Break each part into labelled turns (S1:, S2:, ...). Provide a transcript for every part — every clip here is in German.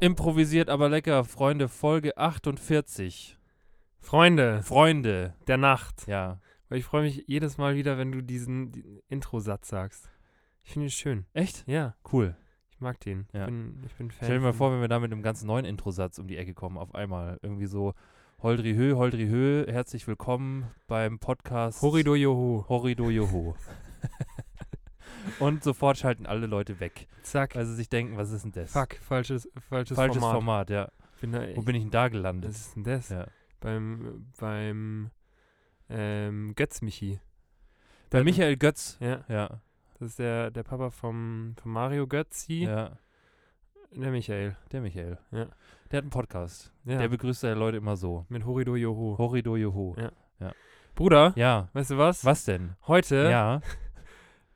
S1: Improvisiert aber lecker, Freunde, Folge 48.
S2: Freunde
S1: Freunde,
S2: der Nacht.
S1: ja.
S2: Weil ich freue mich jedes Mal wieder, wenn du diesen, diesen Introsatz sagst. Ich finde ihn schön.
S1: Echt?
S2: Ja,
S1: Cool.
S2: ich mag den.
S1: Ja.
S2: Ich, bin, ich bin Fan.
S1: Stell dir mal
S2: von-
S1: vor, wenn wir da mit einem ganz neuen Introsatz um die Ecke kommen, auf einmal. Irgendwie so, Holdri Hö, Holdri Hö, herzlich willkommen beim Podcast
S2: Horido Joho.
S1: Horido Joho. Und sofort schalten alle Leute weg,
S2: Zack.
S1: weil sie sich denken, was ist denn das?
S2: Fuck, falsches, falsches,
S1: Also, Falsches Format,
S2: Format.
S1: ja.
S2: Bin da,
S1: Wo bin ich denn da gelandet?
S2: Was ist denn das?
S1: Ja.
S2: Beim, beim ähm, Götz-Michi.
S1: Bei Michael Götz.
S2: Ja,
S1: Ja,
S2: das ist der, der Papa vom, vom Mario Götzi.
S1: ja.
S2: Der Michael.
S1: Der Michael.
S2: Ja.
S1: Der hat einen Podcast.
S2: Ja,
S1: Der begrüßt seine Leute immer so.
S2: mit Horido Joho.
S1: Horido Joho.
S2: Ja.
S1: Bruder? Ja.
S2: Weißt du was?
S1: Was denn?
S2: Heute
S1: Ja.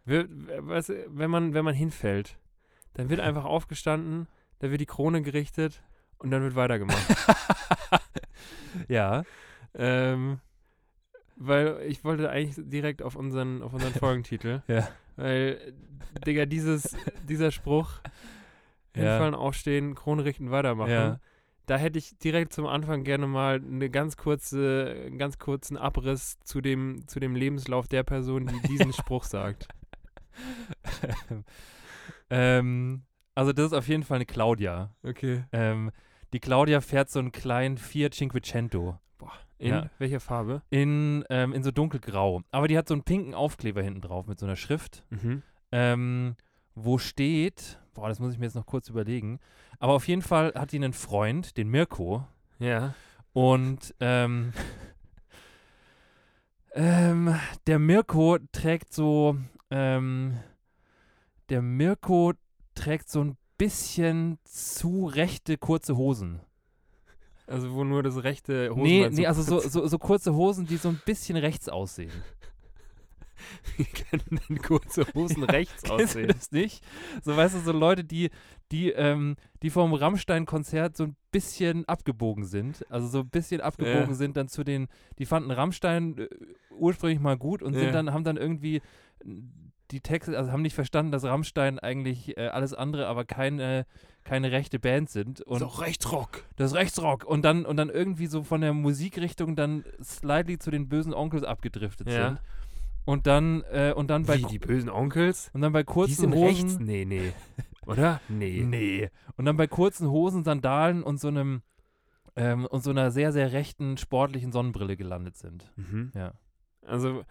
S2: wird, weißt du, wenn, man, wenn man hinfällt, dann wird einfach aufgestanden, dann wird die Krone gerichtet und dann wird weitergemacht.
S1: ja.
S2: ähm, weil ich wollte eigentlich direkt auf unseren, auf unseren Folgentitel.
S1: Ja.
S2: Weil, Digga, dieses, dieser Spruch, hinfallen, aufstehen, Krone richten, weitermachen,
S1: Ja.
S2: da hätte ich direkt zum Anfang gerne mal eine ganz kurze, einen ganz kurzen Abriss zu dem, zu dem Lebenslauf der Person, die diesen Spruch sagt.
S1: ähm, also das ist auf jeden Fall eine Claudia.
S2: Okay.
S1: Ähm, die Claudia fährt so einen kleinen Fiat Cinquecento
S2: In
S1: Ja.
S2: welcher Farbe?
S1: in, ähm, in so dunkelgrau. Aber die hat so einen pinken Aufkleber hinten drauf mit so einer Schrift,
S2: Mhm.
S1: ähm, wo steht, boah, das muss ich mir jetzt noch kurz überlegen, aber auf jeden Fall hat die einen Freund, den Mirko,
S2: Ja.
S1: Und ähm, ähm, der Mirko trägt so, ähm, der Mirko trägt so ein bisschen zu rechte kurze Hosen.
S2: Also wo nur das rechte Hosenbein
S1: nee,
S2: so
S1: nee, also so,
S2: kurz-
S1: so, so kurze Hosen, die so ein bisschen rechts aussehen.
S2: Wie können denn kurze Hosen rechts
S1: Kennst du
S2: aussehen?
S1: das nicht? So, weißt du, so Leute, die, die, ähm, die vom Rammstein-Konzert so ein bisschen abgebogen sind, also so ein bisschen abgebogen
S2: Ja.
S1: sind dann zu den, die fanden Rammstein äh, ursprünglich mal gut und
S2: Ja.
S1: sind dann, haben dann irgendwie die Texte, also haben nicht verstanden, dass Rammstein eigentlich äh, alles andere, aber keine, keine rechte Band sind. Und
S2: ist auch Rechtrock.
S1: das ist Rechtsrock. Und dann, und dann irgendwie so von der Musikrichtung dann slightly zu den bösen Onkels abgedriftet
S2: Ja.
S1: sind. Und dann, äh, und dann bei
S2: Wie, die bösen Onkels?
S1: und dann bei kurzen
S2: Die sind
S1: Hosen.
S2: rechts? Nee, nee. Oder? Nee.
S1: Nee. Und dann bei kurzen Hosen, Sandalen und so einem ähm, und so einer sehr, sehr rechten, sportlichen Sonnenbrille gelandet sind.
S2: Mhm.
S1: Ja.
S2: Also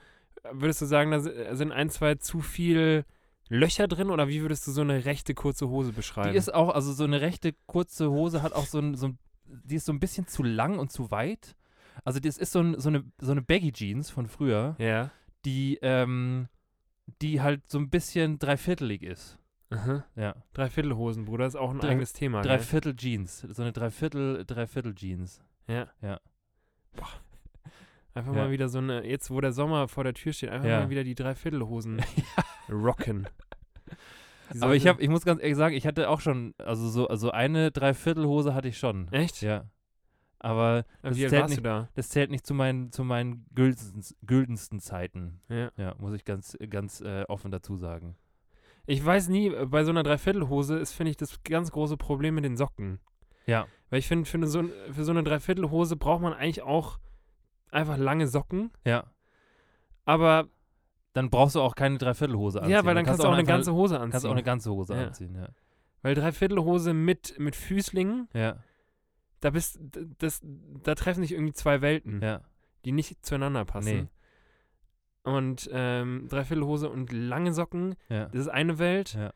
S2: würdest du sagen, da si- äh, sind ein, zwei zu viel Löcher drin oder wie würdest du so eine rechte kurze Hose beschreiben?
S1: Die ist auch, also so eine rechte, kurze Hose hat auch so ein, so ein die ist so ein bisschen zu lang und zu weit. Also das ist so, ein, so eine, so eine Baggy-Jeans von früher,
S2: ja.
S1: die, ähm, die halt so ein bisschen dreiviertelig ist.
S2: Mhm.
S1: Ja.
S2: Dreiviertelhosen, Bruder, ist auch ein
S1: Drei-
S2: eigenes Thema. gell?
S1: Dreiviertel-Jeans. So eine Dreiviertel, Dreiviertel-Jeans.
S2: Ja.
S1: Ja.
S2: Boah. Einfach
S1: Ja.
S2: mal wieder so eine, jetzt wo der Sommer vor der Tür steht, einfach
S1: Ja.
S2: mal wieder die Dreiviertelhosen rocken. Die
S1: Aber ich,
S2: sollte-
S1: hab, ich muss ganz ehrlich sagen, ich hatte auch schon, also so also eine Dreiviertelhose hatte ich schon.
S2: Echt?
S1: Ja. Aber
S2: Aber
S1: das
S2: wie alt
S1: zählt
S2: warst du
S1: nicht-
S2: da?
S1: das zählt nicht zu meinen, zu meinen güldensten, güldensten Zeiten.
S2: Ja.
S1: Ja, muss ich ganz, ganz äh, offen dazu sagen.
S2: Ich weiß nie, äh, bei so einer Dreiviertelhose ist, finde ich, das ganz große Problem mit den Socken.
S1: Ja.
S2: Weil ich finde, für, so, ein- für so eine Dreiviertelhose braucht man eigentlich auch einfach lange Socken.
S1: Ja.
S2: Aber
S1: Dann brauchst du auch keine Dreiviertelhose anziehen.
S2: ja, weil dann kannst du auch eine
S1: einfach-
S2: ganze Hose anziehen.
S1: kannst auch eine ganze Hose
S2: Ja.
S1: anziehen, ja.
S2: weil Dreiviertelhose mit, mit Füßlingen,
S1: Ja,
S2: da bist d- das, da treffen sich irgendwie zwei Welten,
S1: ja.
S2: die nicht zueinander passen. Und ähm, Dreiviertelhose und lange Socken,
S1: ja.
S2: das ist eine Welt,
S1: Ja.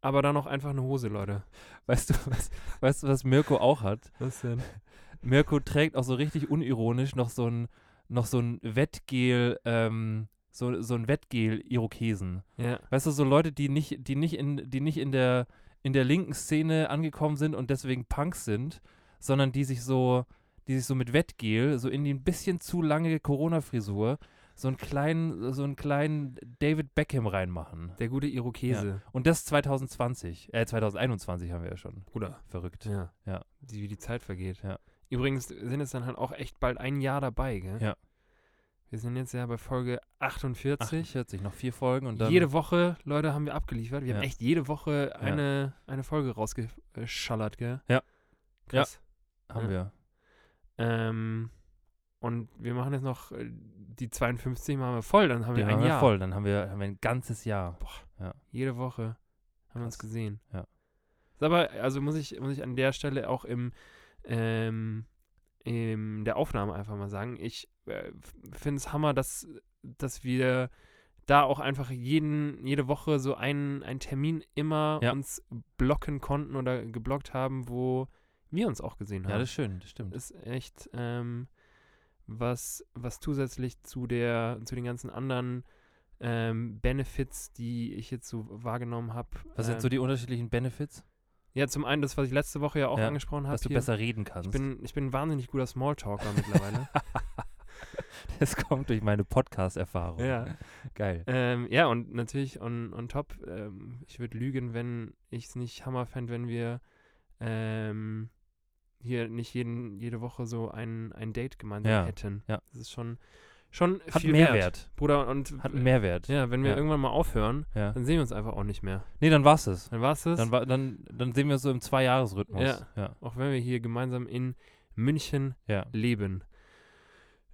S2: aber dann auch einfach eine Hose, Leute.
S1: Weißt du, was, weißt du, was Mirko auch hat?
S2: Was denn?
S1: Mirko trägt auch so richtig unironisch noch so ein, noch so ein Wettgel, ähm, so, so ein Wettgel-Irokesen.
S2: Ja.
S1: Weißt du, so Leute, die nicht, die nicht in, die nicht in der, in der linken Szene angekommen sind und deswegen Punks sind, sondern die sich so, die sich so mit Wettgel, so in die ein bisschen zu lange Corona-Frisur, so einen kleinen, so einen kleinen David Beckham reinmachen.
S2: Der gute Irokese.
S1: Und das 2020, äh 2021 haben wir ja schon.
S2: Bruder.
S1: Verrückt.
S2: Ja.
S1: Ja.
S2: Die, wie die Zeit vergeht.
S1: Ja.
S2: Übrigens sind es dann halt auch echt bald ein Jahr dabei, gell?
S1: Ja.
S2: Wir sind jetzt ja bei Folge 48.
S1: 48, noch vier Folgen und dann.
S2: jede Woche, Leute, haben wir abgeliefert. Wir haben
S1: Ja.
S2: echt jede Woche eine, eine Folge rausgeschallert, gell?
S1: Ja.
S2: Krass.
S1: haben wir.
S2: Ähm, und wir machen jetzt noch äh, die 52 machen wir voll, dann haben wir
S1: Den
S2: ein
S1: haben wir
S2: Jahr.
S1: voll, dann haben wir, haben wir ein ganzes Jahr.
S2: Jede Woche haben wir uns
S1: Krass.
S2: gesehen.
S1: Ja.
S2: Ist aber, also muss ich, muss ich an der Stelle auch im, ähm, in der Aufnahme einfach mal sagen, ich äh, finde es Hammer, dass, dass wir da auch einfach jeden, jede Woche so einen, einen Termin immer
S1: Ja.
S2: uns blocken konnten oder geblockt haben, wo wir uns auch gesehen haben.
S1: Ja, das ist schön, das stimmt.
S2: ist echt ähm, was, was zusätzlich zu der, zu den ganzen anderen ähm, Benefits, die ich jetzt so wahrgenommen habe.
S1: Was sind so die unterschiedlichen Benefits,
S2: Ja, zum einen das, was ich letzte Woche ja auch
S1: Ja,
S2: angesprochen habe.
S1: dass du besser reden kannst?
S2: ich bin, ich bin ein wahnsinnig guter Smalltalker mittlerweile.
S1: das kommt durch meine Podcast-Erfahrung.
S2: ja.
S1: Geil.
S2: Ähm, ja, und natürlich on, on top, ähm, ich würde lügen, wenn ich es nicht Hammer fände, wenn wir ähm, hier nicht jeden, jede Woche so ein, ein Date gemeinsam
S1: Ja,
S2: hätten.
S1: ja.
S2: Das ist schon, schon
S1: Hat
S2: Äh, viel
S1: einen Mehrwert.
S2: Bruder, und
S1: Hat einen Mehrwert.
S2: Ja, wenn wir
S1: Ja.
S2: irgendwann mal aufhören,
S1: Ja.
S2: dann sehen wir uns einfach auch nicht mehr.
S1: Nee, dann war's es.
S2: Dann war's das.
S1: Dann, wa- dann, dann sehen wir uns so im Zwei-Jahres-Rhythmus.
S2: Ja.
S1: Ja.
S2: auch wenn wir hier gemeinsam in München
S1: ja.
S2: leben.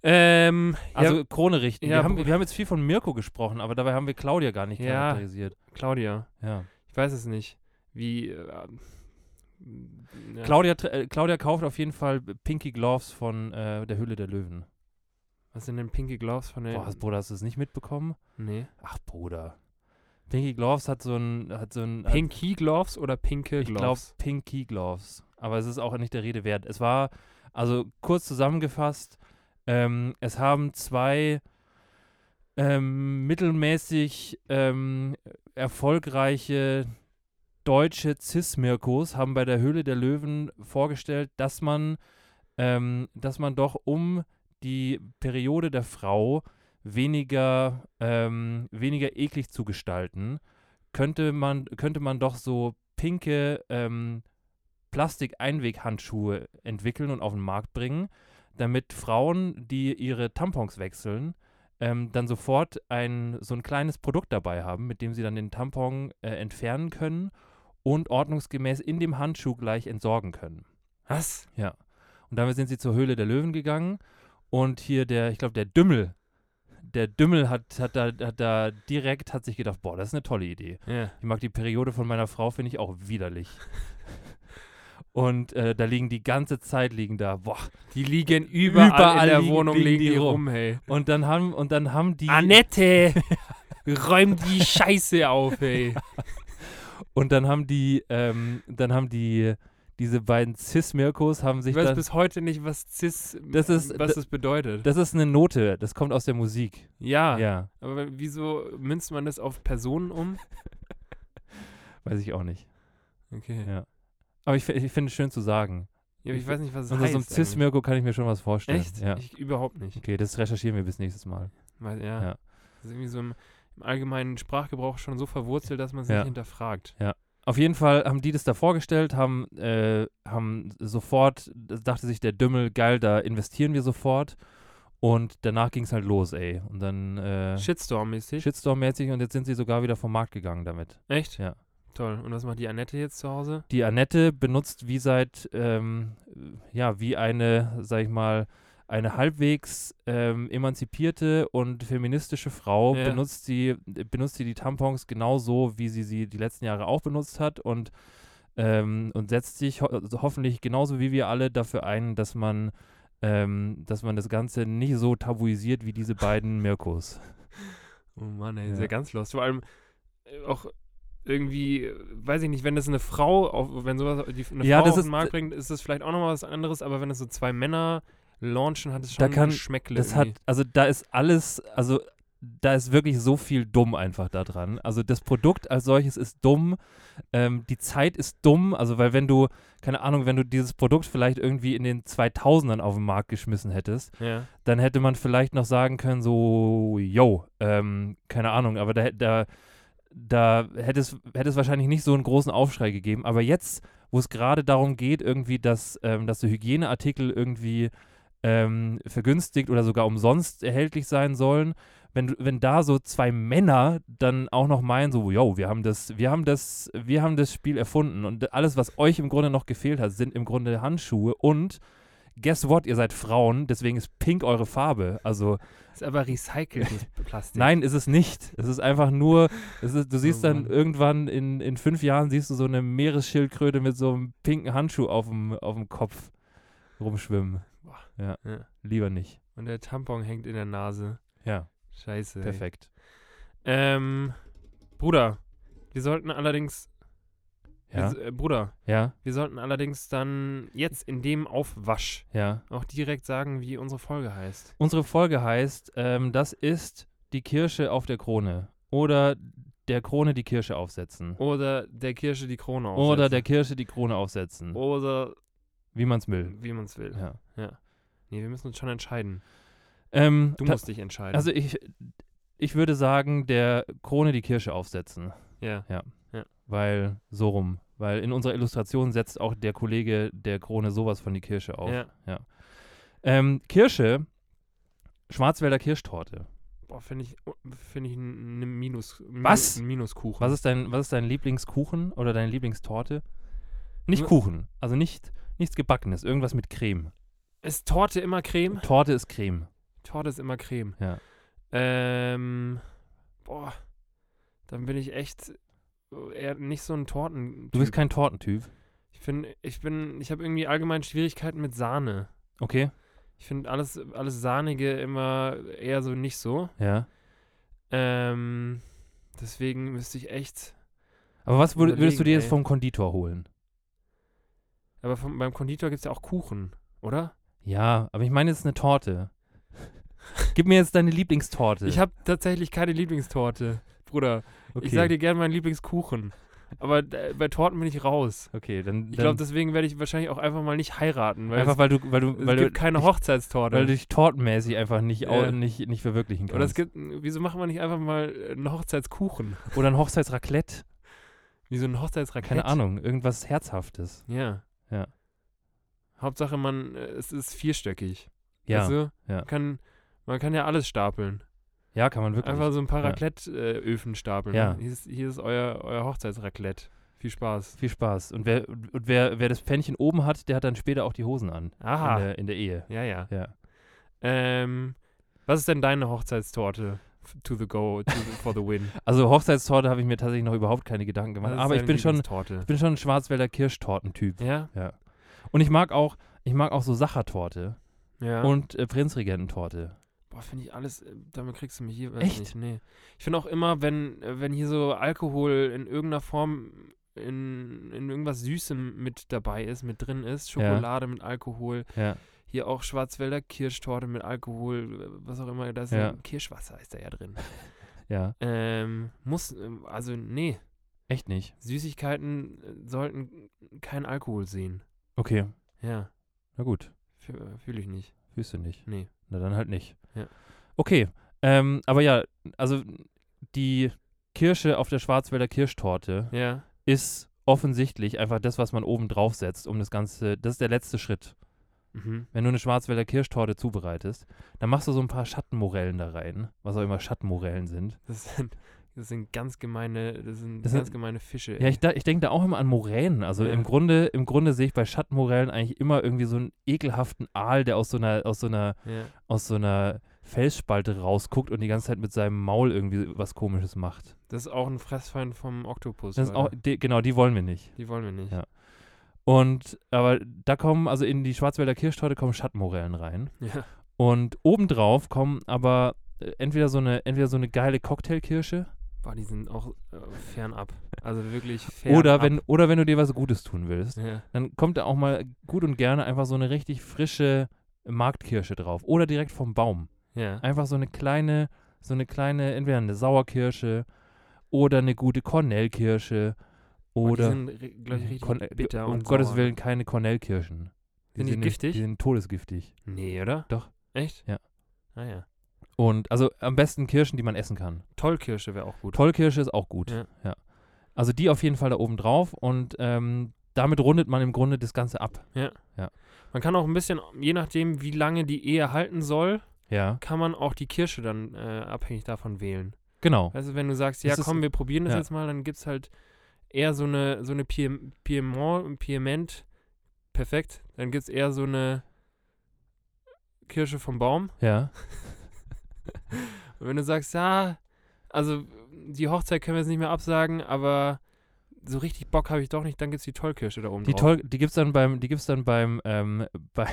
S2: Ähm,
S1: Also Krone richten.
S2: Ja,
S1: wir, haben,
S2: Bruder.
S1: wir haben jetzt viel von Mirko gesprochen, aber dabei haben wir Claudia gar nicht
S2: Ja.
S1: charakterisiert.
S2: ja, Claudia,
S1: Ja.
S2: ich weiß es nicht, wie. Äh, ähm, ja.
S1: Claudia, tr- äh, Claudia kauft auf jeden Fall Pinky Gloves von äh, der Hülle der Löwen.
S2: Was sind denn Pinky Gloves von der.
S1: Boah, hast- Bruder, hast du es nicht mitbekommen?
S2: nee.
S1: Ach, Bruder. Pinky Gloves hat so ein, hat so ein, hat,
S2: Pinky Gloves oder Pinke
S1: ich glaube,
S2: Gloves?
S1: Pinky Gloves. Aber es ist auch nicht der Rede wert. Es war, also kurz zusammengefasst, ähm, es haben zwei ähm, mittelmäßig ähm, erfolgreiche deutsche Cis-Mirkos haben bei der Höhle der Löwen vorgestellt, dass man, ähm, dass man doch um die Periode der Frau weniger, ähm, weniger eklig zu gestalten, könnte man, könnte man doch so pinke ähm, Plastik-Einweghandschuhe entwickeln und auf den Markt bringen, damit Frauen, die ihre Tampons wechseln, ähm, dann sofort ein, so ein kleines Produkt dabei haben, mit dem sie dann den Tampon äh, entfernen können und ordnungsgemäß in dem Handschuh gleich entsorgen können.
S2: Was?
S1: Und damit sind sie zur Höhle der Löwen gegangen. Und hier der, ich glaube, der Dümmel, der Dümmel hat, hat, da, hat da direkt, hat sich gedacht, boah, das ist eine tolle Idee.
S2: Ja.
S1: Ich mag die Periode von meiner Frau, finde ich auch widerlich. Und äh, da liegen die ganze Zeit, liegen da, boah.
S2: Die liegen überall, in
S1: Überall
S2: der
S1: liegen-
S2: Wohnung,
S1: liegen
S2: liegen die
S1: die
S2: rum, hey.
S1: Und dann haben, und dann haben die,
S2: Annette! Räum die Scheiße auf, ey.
S1: und dann haben die, ähm, dann haben die, diese beiden Cis-Mirkos haben sich
S2: Ich weiß
S1: dann,
S2: bis heute nicht, was Cis,
S1: Das ist-
S2: was
S1: da-
S2: das bedeutet.
S1: das ist eine Note, das kommt aus der Musik.
S2: ja,
S1: Ja,
S2: aber wieso münzt man das auf Personen um?
S1: weiß ich auch nicht.
S2: Okay.
S1: Ja. Aber ich, fi- ich finde es schön zu sagen.
S2: Ja, aber ich weiß nicht, was es
S1: Unter
S2: heißt.
S1: so einem
S2: eigentlich.
S1: Cis-Mirko kann ich mir schon was vorstellen.
S2: Echt?
S1: Ja.
S2: Ich, überhaupt nicht.
S1: Okay, das recherchieren wir bis nächstes Mal.
S2: Weil, ja,
S1: Ja.
S2: Das ist irgendwie so im, im allgemeinen Sprachgebrauch schon so verwurzelt, dass man es
S1: Ja.
S2: nicht hinterfragt.
S1: Auf jeden Fall haben die das da vorgestellt, haben, äh, haben sofort, das dachte sich der Dümmel, geil, da investieren wir sofort. Und danach ging es halt los, ey. Und dann äh,
S2: Shitstorm-mäßig.
S1: Shitstorm-mäßig und jetzt sind sie sogar wieder vom Markt gegangen damit.
S2: Echt?
S1: Ja.
S2: Toll. Und was macht die Annette jetzt zu Hause?
S1: Die Annette benutzt wie seit, ähm, ja, wie eine, sag ich mal, eine halbwegs ähm, emanzipierte und feministische Frau
S2: Ja.
S1: benutzt sie benutzt sie die Tampons genauso, wie sie sie die letzten Jahre auch benutzt hat und, ähm, und setzt sich ho also hoffentlich genauso wie wir alle dafür ein, dass man, ähm, dass man das Ganze nicht so tabuisiert wie diese beiden Mirkos.
S2: Oh Mann, ey,
S1: Ja.
S2: sehr ganz lost. Vor allem äh, auch irgendwie, äh, weiß ich nicht, wenn das eine Frau, auf, wenn sowas die, eine
S1: Ja,
S2: Frau
S1: das
S2: auf den
S1: ist-
S2: Markt bringt, ist das vielleicht auch nochmal was anderes, aber wenn das so zwei Männer launchen, hat es schon
S1: Da kann-
S2: Schmeckle
S1: Das hat, also da ist alles, also da ist wirklich so viel dumm einfach da dran. Also das Produkt als solches ist dumm, ähm, die Zeit ist dumm, also weil wenn du, keine Ahnung, wenn du dieses Produkt vielleicht irgendwie in den 2000ern auf den Markt geschmissen hättest,
S2: Ja.
S1: dann hätte man vielleicht noch sagen können, so, yo, ähm, keine Ahnung, aber da, da, da hätte, es, hätte es wahrscheinlich nicht so einen großen Aufschrei gegeben. Aber jetzt, wo es gerade darum geht, irgendwie, dass, ähm, dass so Hygieneartikel irgendwie ähm, vergünstigt oder sogar umsonst erhältlich sein sollen, wenn, du- wenn da so zwei Männer dann auch noch meinen, so, yo, wir haben das, wir haben das, wir haben das Spiel erfunden und alles, was euch im Grunde noch gefehlt hat, sind im Grunde Handschuhe und guess what, ihr seid Frauen, deswegen ist pink eure Farbe. Also
S2: Ist aber recyceltes Plastik.
S1: Nein, ist es nicht. Es ist einfach nur, es ist, du siehst dann
S2: Oh Mann.
S1: irgendwann in, in fünf Jahren, siehst du so eine Meeresschildkröte mit so einem pinken Handschuh auf dem, auf dem Kopf rumschwimmen.
S2: Boah.
S1: Ja,
S2: Ja.
S1: lieber nicht.
S2: Und der Tampon hängt in der Nase.
S1: Ja,
S2: Scheiße. ey.
S1: perfekt.
S2: Ähm, Bruder, wir sollten allerdings.
S1: Ja,
S2: Wir, äh, Bruder,
S1: ja,
S2: wir sollten allerdings dann jetzt in dem Aufwasch
S1: ja.
S2: auch direkt sagen, wie unsere Folge heißt.
S1: Unsere Folge heißt, ähm, das ist die Kirsche auf der Krone oder der Krone die Kirsche aufsetzen.
S2: Oder der Kirsche die Krone aufsetzen. Oh.
S1: Oder der Kirsche die Krone aufsetzen,
S2: Oder
S1: wie man es will.
S2: wie man es will.
S1: Ja.
S2: Nee, wir müssen uns schon entscheiden.
S1: Ähm,
S2: Du
S1: ta-
S2: musst dich entscheiden.
S1: Also ich, ich würde sagen, der Krone die Kirsche aufsetzen,
S2: ja.
S1: weil so rum. Weil in unserer Illustration setzt auch der Kollege der Krone sowas von die Kirsche auf.
S2: ja.
S1: Ähm, Kirsche, Schwarzwälder Kirschtorte.
S2: Boah, finde ich, finde ich ein ein Minus, ein
S1: Was?
S2: Minus- ein Minuskuchen.
S1: Was ist dein, was ist dein Lieblingskuchen oder deine Lieblingstorte? Nicht
S2: Nur-
S1: Kuchen, also nicht, nichts Gebackenes, irgendwas mit Creme.
S2: Ist Torte immer Creme?
S1: Torte ist Creme.
S2: Torte ist immer Creme.
S1: Ja.
S2: Ähm, boah, dann bin ich echt äh, eher nicht so ein Torten.
S1: Du bist kein Tortentyp,
S2: Ich finde, ich bin, ich habe irgendwie allgemein Schwierigkeiten mit Sahne.
S1: okay?
S2: Ich finde alles, alles Sahnige immer eher so nicht so.
S1: Ja.
S2: Ähm, deswegen müsste ich echt.
S1: Aber was würd, würdest du
S2: Überlegen,
S1: dir jetzt
S2: ey.
S1: vom Konditor holen?
S2: Aber vom, beim Konditor gibt es ja auch Kuchen, oder?
S1: Ja, aber ich meine jetzt eine Torte. Gib mir jetzt deine Lieblingstorte.
S2: Ich habe tatsächlich keine Lieblingstorte, Bruder.
S1: okay.
S2: Ich sage dir gerne meinen Lieblingskuchen. Aber äh, bei Torten bin ich raus.
S1: Okay, dann,
S2: Ich glaube,
S1: dann
S2: deswegen werde ich wahrscheinlich auch einfach mal nicht heiraten, weil
S1: einfach weil du, weil
S2: es,
S1: du,
S2: es
S1: weil du,
S2: gibt keine Hochzeitstorte.
S1: weil du dich tortenmäßig einfach nicht, au-
S2: Ja.
S1: nicht, nicht verwirklichen
S2: Oder es
S1: kannst.
S2: gibt, wieso machen wir nicht einfach mal äh, einen Hochzeitskuchen?
S1: Oder, ein Hochzeitsraclette,
S2: Wie so ein Hochzeitsrakett.
S1: keine Ahnung, irgendwas Herzhaftes.
S2: Ja.
S1: Ja.
S2: Hauptsache, man, äh, es ist vierstöckig.
S1: Ja,
S2: Weißt du?
S1: ja.
S2: Man kann, man kann ja alles stapeln.
S1: ja, kann man wirklich.
S2: Einfach so ein paar
S1: Ja.
S2: Raclette-Öfen stapeln.
S1: Ja.
S2: Hier ist, hier ist euer, euer Hochzeitsraclette. Viel Spaß.
S1: Viel Spaß. Und wer, und wer, wer das Pfännchen oben hat, der hat dann später auch die Hosen an. In
S2: Aha.
S1: der, in der Ehe.
S2: Ja, ja.
S1: Ja.
S2: Ähm, was ist denn deine Hochzeitstorte? F- To the go, to the, for the win.
S1: Also Hochzeitstorte habe ich mir tatsächlich noch überhaupt keine Gedanken
S2: Was
S1: gemacht.
S2: ist
S1: Aber ich
S2: deine
S1: bin schon,
S2: Lieblingstorte?
S1: ich bin schon ein Schwarzwälder Kirschtortentyp.
S2: Ja?
S1: Und ich mag auch, ich mag auch so Sachertorte.
S2: Ja.
S1: und äh, Prinzregententorte.
S2: Boah, finde ich alles, äh, damit kriegst du mich hier weiß
S1: Echt?
S2: nicht. Nee. Ich finde auch immer, wenn, äh, wenn hier so Alkohol in irgendeiner Form in, in irgendwas Süßem mit dabei ist, mit drin ist, Schokolade mit Alkohol,
S1: Ja.
S2: hier auch Schwarzwälder Kirschtorte mit Alkohol, äh, was auch immer, da ist
S1: Ja.
S2: ja. Kirschwasser ist da ja drin.
S1: Ja,
S2: ähm, muss, ähm, also nee,
S1: echt nicht.
S2: Süßigkeiten äh, sollten keinen Alkohol sehen.
S1: Okay,
S2: Ja,
S1: na gut.
S2: fühle ich nicht.
S1: Fühlst du nicht?
S2: Nee.
S1: Na dann halt nicht.
S2: Ja.
S1: Okay, ähm, aber ja, also die Kirsche auf der Schwarzwälder Kirschtorte
S2: Ja,
S1: ist offensichtlich einfach das, was man oben drauf setzt, um das Ganze, das ist der letzte Schritt.
S2: mhm.
S1: Wenn du eine Schwarzwälder Kirschtorte zubereitest, dann machst du so ein paar Schattenmorellen da rein, was auch immer Schattenmorellen sind.
S2: Das sind, das sind ganz gemeine, das sind
S1: Das sind-
S2: ganz gemeine Fische.
S1: Ja, ich, da- ich denke da auch immer an Moränen. Also
S2: Ja.
S1: im Grunde, im Grunde sehe ich bei Schattenmorellen eigentlich immer irgendwie so einen ekelhaften Aal, der aus so einer, aus so einer
S2: ja.
S1: aus so einer Felsspalte rausguckt und die ganze Zeit mit seinem Maul irgendwie was komisches macht.
S2: Das ist auch ein Fressfeind vom Oktopus.
S1: Das ist auch,
S2: Leute.
S1: die, genau, die wollen wir nicht.
S2: die wollen wir nicht.
S1: Ja. Und, aber da kommen, also in die Schwarzwälder Kirschtorte kommen Schattmorellen rein.
S2: Ja.
S1: Und obendrauf kommen aber äh, entweder so eine, entweder so eine geile Cocktailkirsche
S2: Boah, die sind auch äh, fernab. Also wirklich fernab.
S1: oder wenn, oder wenn du dir was Gutes tun willst,
S2: Ja.
S1: dann kommt da auch mal gut und gerne einfach so eine richtig frische Marktkirsche drauf. Oder direkt vom Baum.
S2: ja.
S1: Einfach so eine kleine, so eine kleine, entweder eine Sauerkirsche oder eine gute Kornellkirsche oder
S2: Und Oh, die sind, glaube ich, richtig
S1: Korn-
S2: bitter
S1: um
S2: und
S1: Gottes
S2: sauer.
S1: Willen keine Kornellkirschen.
S2: Sind die giftig?
S1: Die sind todesgiftig.
S2: Nee, oder?
S1: Doch.
S2: Echt?
S1: Ja.
S2: Ah ja.
S1: Und also am besten Kirschen, die man essen kann.
S2: Tollkirsche wäre auch gut.
S1: Tollkirsche ist auch gut.
S2: Ja.
S1: Ja. Also die auf jeden Fall da oben drauf und ähm, damit rundet man im Grunde das Ganze ab.
S2: Man kann auch ein bisschen, je nachdem, wie lange die Ehe halten soll,
S1: Ja,
S2: kann man auch die Kirsche dann äh, abhängig davon wählen.
S1: genau.
S2: Also wenn du sagst, ja
S1: Das ist-
S2: komm, wir probieren das
S1: ja.
S2: jetzt mal, dann gibt es halt eher so eine, so eine Piem Piemont, Piement, perfekt, dann gibt es eher so eine Kirsche vom Baum.
S1: Ja,
S2: Und wenn du sagst, ja, also die Hochzeit können wir jetzt nicht mehr absagen, aber so richtig Bock habe ich doch nicht, dann gibt es die Tollkirsche da oben
S1: die,
S2: drauf.
S1: toll, die gibt's dann beim, die gibt's dann beim, ähm, bei,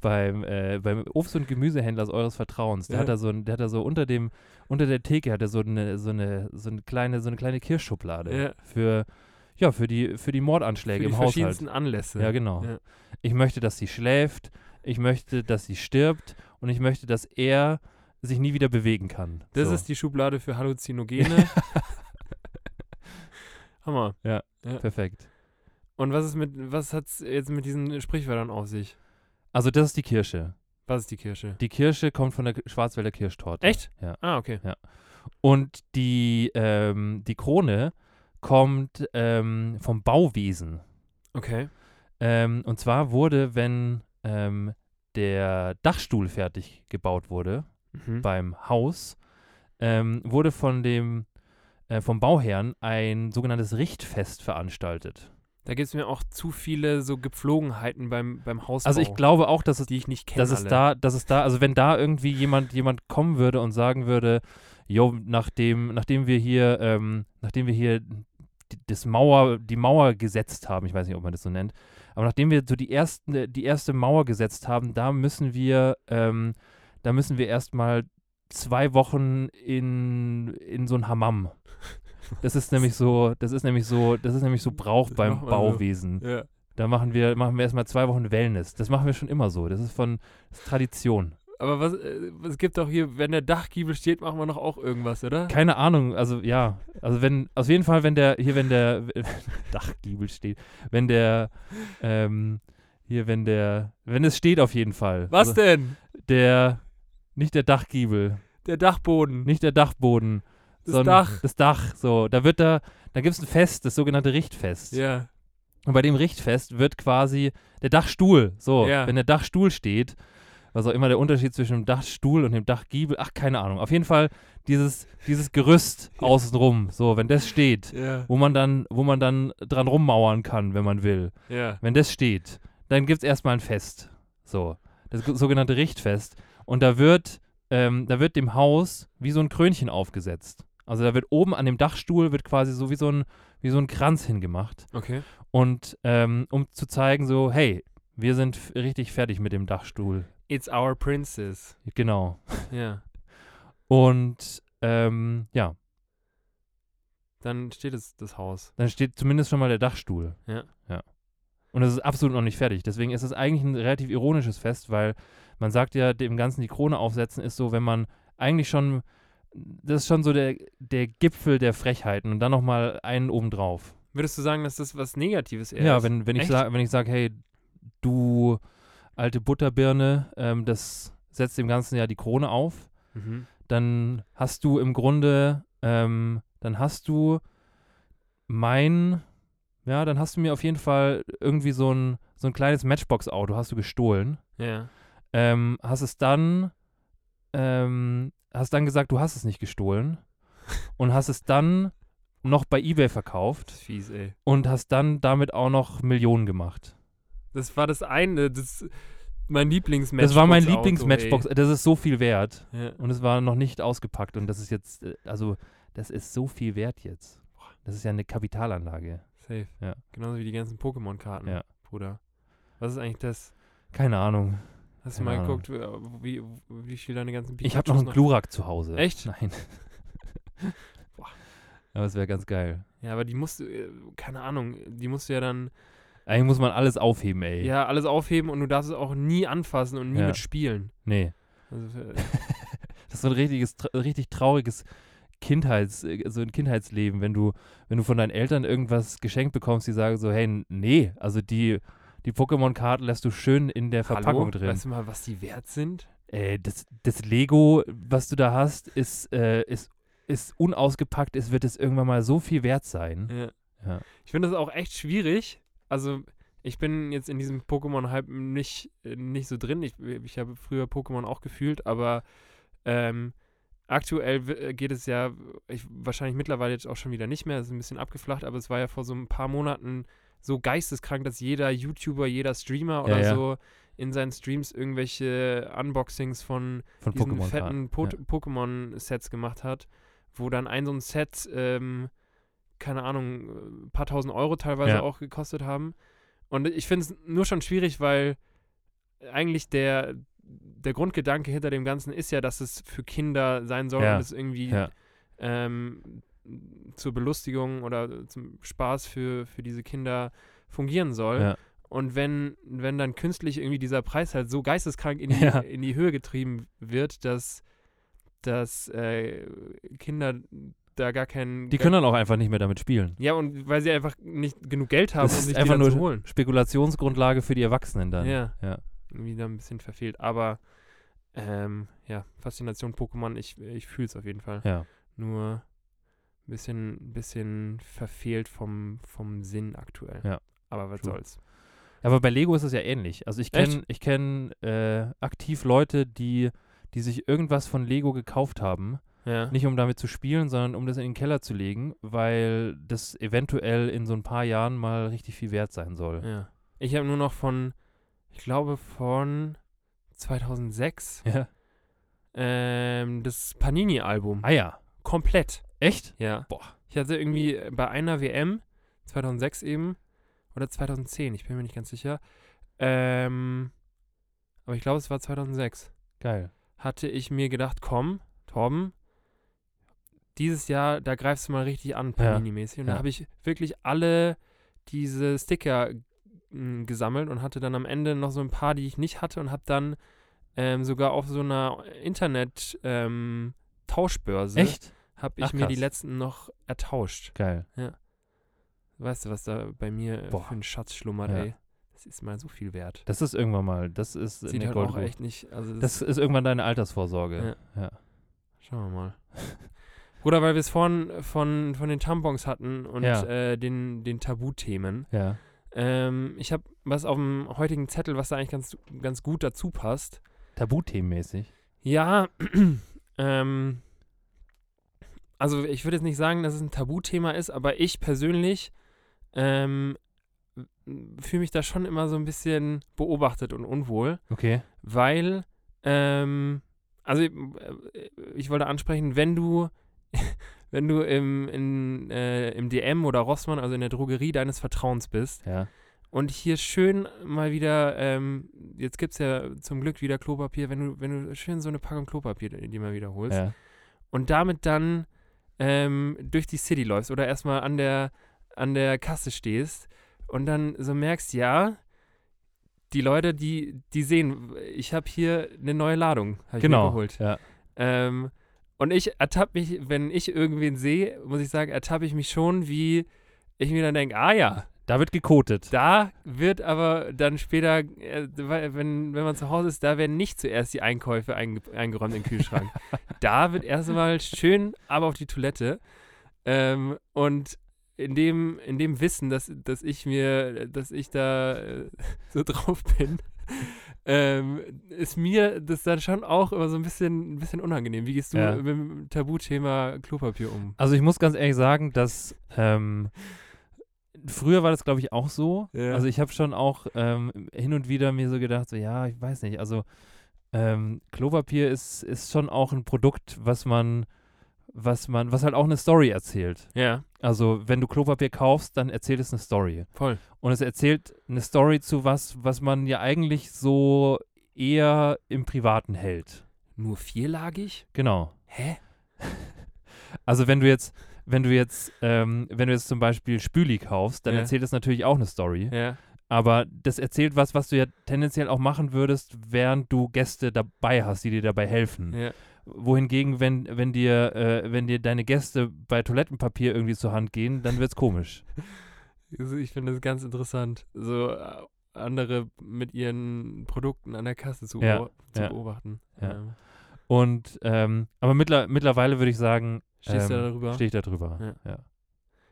S1: beim, äh, beim Obst- und Gemüsehändlers eures Vertrauens. Der
S2: Ja.
S1: hat da so, ein, der hat da so unter dem, unter der Theke hat er so eine, so eine, so eine kleine, so eine kleine Kirschschublade
S2: Ja.
S1: für, ja, für die, für die
S2: Für
S1: Mordanschläge
S2: die
S1: im Haushalt.
S2: verschiedensten Anlässe.
S1: Ja, genau.
S2: Ja.
S1: Ich möchte, dass sie schläft, ich möchte, dass sie stirbt und ich möchte, dass er sich nie wieder bewegen kann.
S2: Das
S1: so.
S2: ist die Schublade für Halluzinogene. Hammer.
S1: perfekt.
S2: Und was ist mit, was hat's jetzt mit diesen Sprichwörtern auf sich?
S1: Also das ist die Kirsche.
S2: Was ist die Kirsche?
S1: Die Kirsche kommt von der Schwarzwälder Kirschtorte.
S2: Echt?
S1: Ja.
S2: Ah, okay.
S1: Und die, ähm, die Krone kommt ähm, vom Bauwesen.
S2: Okay.
S1: Ähm, und zwar wurde, wenn ähm, der Dachstuhl fertig gebaut wurde,
S2: Mhm.
S1: beim Haus, ähm, wurde von dem, äh, vom Bauherrn ein sogenanntes Richtfest veranstaltet.
S2: Da gibt es mir auch zu viele so Gepflogenheiten beim, beim Hausbau,
S1: Also ich glaube auch, dass es,
S2: die ich nicht kenne.
S1: dass es da, dass es da, also wenn da irgendwie jemand, jemand kommen würde und sagen würde, jo, nachdem, nachdem wir hier, ähm, nachdem wir hier die- das Mauer, die Mauer gesetzt haben, ich weiß nicht, ob man das so nennt, aber nachdem wir so die ersten, die erste Mauer gesetzt haben, da müssen wir, ähm, da müssen wir erstmal zwei Wochen in, in so ein Hammam. Das ist nämlich so, das ist nämlich so, das ist nämlich so Brauch
S2: Das
S1: beim
S2: macht man so.
S1: Bauwesen.
S2: Ja.
S1: Da machen wir, machen wir erstmal zwei Wochen Wellness. Das machen wir schon immer so. Das ist von das ist Tradition.
S2: Aber was, äh, es gibt doch hier, wenn der Dachgiebel steht, machen wir noch auch irgendwas, oder?
S1: Keine Ahnung, also ja. Also wenn, auf jeden Fall, wenn der, hier wenn der wenn Dachgiebel steht, wenn der, ähm, hier wenn der, wenn es steht auf jeden Fall.
S2: Was
S1: also,
S2: denn?
S1: Der, nicht der Dachgiebel,
S2: Der Dachboden.
S1: nicht der Dachboden.
S2: Das
S1: sondern
S2: Dach.
S1: Das Dach, so. Da wird da, da gibt es ein Fest, das sogenannte Richtfest.
S2: Ja.
S1: Und bei dem Richtfest wird quasi der Dachstuhl, so,
S2: Ja.
S1: wenn der Dachstuhl steht, was auch immer der Unterschied zwischen dem Dachstuhl und dem Dachgiebel, ach, keine Ahnung. Auf jeden Fall dieses, dieses Gerüst außenrum, so, wenn das steht,
S2: Ja.
S1: wo man dann, wo man dann dran rummauern kann, wenn man will.
S2: Ja.
S1: Wenn das steht, dann gibt es erstmal ein Fest. So. Das so- sogenannte Richtfest. Und da wird, ähm, da wird dem Haus wie so ein Krönchen aufgesetzt. Also da wird oben an dem Dachstuhl wird quasi so wie so ein, wie so ein Kranz hingemacht.
S2: Okay.
S1: Und ähm, um zu zeigen, so, hey, wir sind f- richtig fertig mit dem Dachstuhl.
S2: It's our princess.
S1: Genau.
S2: Ja.
S1: Und ähm, ja,
S2: Dann steht es das Haus.
S1: dann steht zumindest schon mal der Dachstuhl.
S2: Ja.
S1: ja. Und das ist absolut noch nicht fertig. Deswegen ist es eigentlich ein relativ ironisches Fest, weil man sagt ja, dem Ganzen die Krone aufsetzen ist so, wenn man eigentlich schon, das ist schon so der, der Gipfel der Frechheiten und dann nochmal einen obendrauf.
S2: Würdest du sagen, dass das was Negatives eher
S1: Ja,
S2: ist?
S1: wenn, wenn ich
S2: Echt?
S1: sage, wenn ich sage, hey, du alte Butterbirne, ähm, das setzt dem Ganzen ja die Krone auf,
S2: Mhm.
S1: dann hast du im Grunde, ähm, dann hast du mein, ja, dann hast du mir auf jeden Fall irgendwie so ein, so ein kleines Matchbox-Auto hast du gestohlen.
S2: Ja.
S1: Ähm, hast es dann, ähm, hast dann gesagt, du hast es nicht gestohlen und hast es dann noch bei Ebay
S2: Das
S1: verkauft
S2: ist fies, ey.
S1: und hast dann damit auch noch Millionen gemacht.
S2: Das war das eine, das mein Lieblingsmatchbox.
S1: Das war mein Lieblings-Matchbox. Das ist so viel wert.
S2: Ja.
S1: Und es war noch nicht ausgepackt. Und das ist jetzt, äh, also, das ist so viel wert jetzt. Das ist ja eine Kapitalanlage.
S2: Safe.
S1: Ja.
S2: Genauso wie die ganzen Pokémon-Karten,
S1: Ja.
S2: Bruder. Was ist eigentlich das?
S1: Keine Ahnung.
S2: Hast
S1: Keine
S2: du mal
S1: Ahnung.
S2: geguckt, äh, wie, wie viel deine ganzen
S1: Ich habe noch einen Glurak zu Hause.
S2: Echt?
S1: Nein. Aber es wäre ganz geil.
S2: Ja, aber die musst du, äh, keine Ahnung, die musst du ja dann
S1: Eigentlich muss man alles aufheben, ey.
S2: ja alles aufheben und du darfst es auch nie anfassen und nie
S1: Ja.
S2: mitspielen.
S1: Nee.
S2: Also, äh,
S1: Das ist so ein richtiges, tra- richtig trauriges Kindheits, äh, so ein Kindheitsleben, wenn du, wenn du von deinen Eltern irgendwas geschenkt bekommst, die sagen so, hey, n- nee, also die, die Pokémon-Karten lässt du schön in der Verpackung
S2: Hallo?
S1: drin.
S2: Weißt du mal, was die wert sind?
S1: Äh, das, das Lego, was du da hast, ist, äh, ist, ist unausgepackt, es wird es irgendwann mal so viel wert sein.
S2: Ja.
S1: Ja.
S2: Ich finde das auch echt schwierig. Also, ich bin jetzt in diesem Pokémon-Hype nicht, äh, nicht so drin. Ich, ich habe früher Pokémon auch gefühlt, aber ähm, aktuell w- äh, geht es ja ich, wahrscheinlich mittlerweile jetzt auch schon wieder nicht mehr. Es ist ein bisschen abgeflacht, aber es war ja vor so ein paar Monaten so geisteskrank, dass jeder YouTuber, jeder Streamer oder
S1: Ja, ja.
S2: so in seinen Streams irgendwelche Unboxings von
S1: Von
S2: diesen
S1: Pokémon.
S2: fetten po
S1: ja.
S2: Pokémon-Sets gemacht hat, wo dann ein so ein Set, ähm, keine Ahnung, ein paar tausend Euro teilweise
S1: Ja.
S2: auch gekostet haben. Und ich finde es nur schon schwierig, weil eigentlich der, der Grundgedanke hinter dem Ganzen ist ja, dass es für Kinder sein soll
S1: Ja.
S2: und es irgendwie
S1: Ja.
S2: ähm, zur Belustigung oder zum Spaß für, für diese Kinder fungieren soll.
S1: Ja.
S2: Und wenn, wenn dann künstlich irgendwie dieser Preis halt so geisteskrank in die,
S1: Ja.
S2: in die Höhe getrieben wird, dass, dass äh, Kinder da gar keinen.
S1: Die
S2: gar-
S1: können dann auch einfach nicht mehr damit spielen.
S2: ja, und weil sie einfach nicht genug Geld haben,
S1: Das
S2: um
S1: ist
S2: sich
S1: einfach
S2: die dann zu
S1: nur
S2: holen.
S1: Spekulationsgrundlage für die Erwachsenen dann.
S2: Ja.
S1: Ja.
S2: Irgendwie da ein bisschen verfehlt. Aber ähm, ja, Faszination Pokémon, ich, ich fühle es auf jeden Fall.
S1: ja.
S2: nur ein bisschen, bisschen verfehlt vom, vom Sinn aktuell.
S1: Ja.
S2: Aber was
S1: True.
S2: soll's.
S1: Aber bei Lego ist es ja ähnlich. Also ich kenne
S2: Echt?
S1: ich kenn, äh, aktiv Leute, die, die sich irgendwas von Lego gekauft haben.
S2: Ja.
S1: Nicht um damit zu spielen, sondern um das in den Keller zu legen, weil das eventuell in so ein paar Jahren mal richtig viel wert sein soll.
S2: ja. Ich habe nur noch von, ich glaube von 2006,
S1: Ja.
S2: ähm, das Panini-Album.
S1: Ah ja.
S2: Komplett.
S1: Echt?
S2: Ja.
S1: Boah.
S2: Ich hatte irgendwie bei einer WM, 2006 eben, oder 2010, ich bin mir nicht ganz sicher. Ähm, aber ich glaube, es war 2006.
S1: Geil.
S2: hatte ich mir gedacht, komm, Torben, dieses Jahr, da greifst du mal richtig an, Panini-mäßig. Und da
S1: ja.
S2: habe ich wirklich alle diese Sticker m, gesammelt und hatte dann am Ende noch so ein paar, die ich nicht hatte und habe dann ähm, sogar auf so einer Internet-Tauschbörse
S1: Echt?
S2: habe ich
S1: Ach,
S2: mir die
S1: krass.
S2: letzten noch ertauscht.
S1: Geil.
S2: Weißt du, was da bei mir äh,
S1: Boah.
S2: für ein Schatz schlummert,
S1: Ja.
S2: ey? Das ist mal so viel wert.
S1: Das ist irgendwann mal. Das ist
S2: Sieht
S1: eine
S2: halt auch
S1: Goldgrube.
S2: echt nicht, also das
S1: Das ist irgendwann deine Altersvorsorge. Ja.
S2: Schauen wir mal. Bruder, weil wir es vorhin von, von den Tampons hatten und
S1: Ja.
S2: äh, den, den Tabuthemen.
S1: Ja.
S2: Ähm, ich habe was auf dem heutigen Zettel, was da eigentlich ganz, ganz gut dazu passt.
S1: Tabuthemenmäßig.
S2: Ja, ähm, also ich würde jetzt nicht sagen, dass es ein Tabuthema ist, aber ich persönlich ähm, fühle mich da schon immer so ein bisschen beobachtet und unwohl
S1: Okay.
S2: weil, ähm, also äh, ich wollte ansprechen, wenn du, wenn du im, in, äh, im DM oder Rossmann, also in der Drogerie deines Vertrauens bist
S1: Ja.
S2: und hier schön mal wieder, ähm, jetzt gibt es ja zum Glück wieder Klopapier, wenn du, wenn du schön so eine Packung Klopapier dir mal wieder holst
S1: ja.
S2: und damit dann ähm, durch die City läufst oder erstmal an der, an der Kasse stehst und dann so merkst, ja, die Leute, die, die sehen, ich habe hier eine neue Ladung, habe ich mir
S1: Genau.
S2: geholt.
S1: Ja.
S2: Ähm, und ich ertappe mich, wenn ich irgendwen sehe, muss ich sagen, ertappe ich mich schon, wie ich mir dann denke, ah ja,
S1: Da wird gekotet.
S2: da wird aber dann später, äh, weil- wenn, wenn man zu Hause ist, da werden nicht zuerst die Einkäufe einge eingeräumt in den Kühlschrank. da wird erstmal schön, aber auf die Toilette. Ähm, und in dem, in dem Wissen, dass, dass ich mir, dass ich da äh, so drauf bin, ähm, ist mir das dann schon auch immer so ein bisschen, ein bisschen unangenehm. Wie gehst du
S1: Ja.
S2: mit dem Tabuthema Klopapier um?
S1: Also ich muss ganz ehrlich sagen, dass ähm, früher war das, glaube ich, auch so.
S2: Ja.
S1: Also ich habe schon auch ähm, hin und wieder mir so gedacht, so ja, ich weiß nicht. Also ähm, Klopapier ist, ist schon auch ein Produkt, was man, was man, was halt auch eine Story erzählt.
S2: Ja,
S1: Also wenn du Klopapier kaufst, dann erzählt es eine Story.
S2: voll.
S1: Und es erzählt eine Story zu was, was man ja eigentlich so eher im Privaten hält.
S2: Nur vierlagig?
S1: Genau.
S2: Hä?
S1: Also wenn du jetzt, wenn du jetzt, ähm, wenn du jetzt zum Beispiel Spüli kaufst, dann
S2: Ja.
S1: erzählt das natürlich auch eine Story.
S2: Ja.
S1: Aber das erzählt was, was du ja tendenziell auch machen würdest, während du Gäste dabei hast, die dir dabei helfen.
S2: ja.
S1: Wohingegen, wenn, wenn dir, äh, wenn dir deine Gäste bei Toilettenpapier irgendwie zur Hand gehen, dann wird's komisch.
S2: Also ich finde das ganz interessant, so äh, andere mit ihren Produkten an der Kasse zu,
S1: Ja,
S2: beo- zu
S1: ja.
S2: beobachten. Ähm,
S1: Ja. Und ähm, aber mittler, mittlerweile würde ich sagen,
S2: Stehst du
S1: ähm,
S2: da darüber?
S1: Stehe ich da drüber. Ja.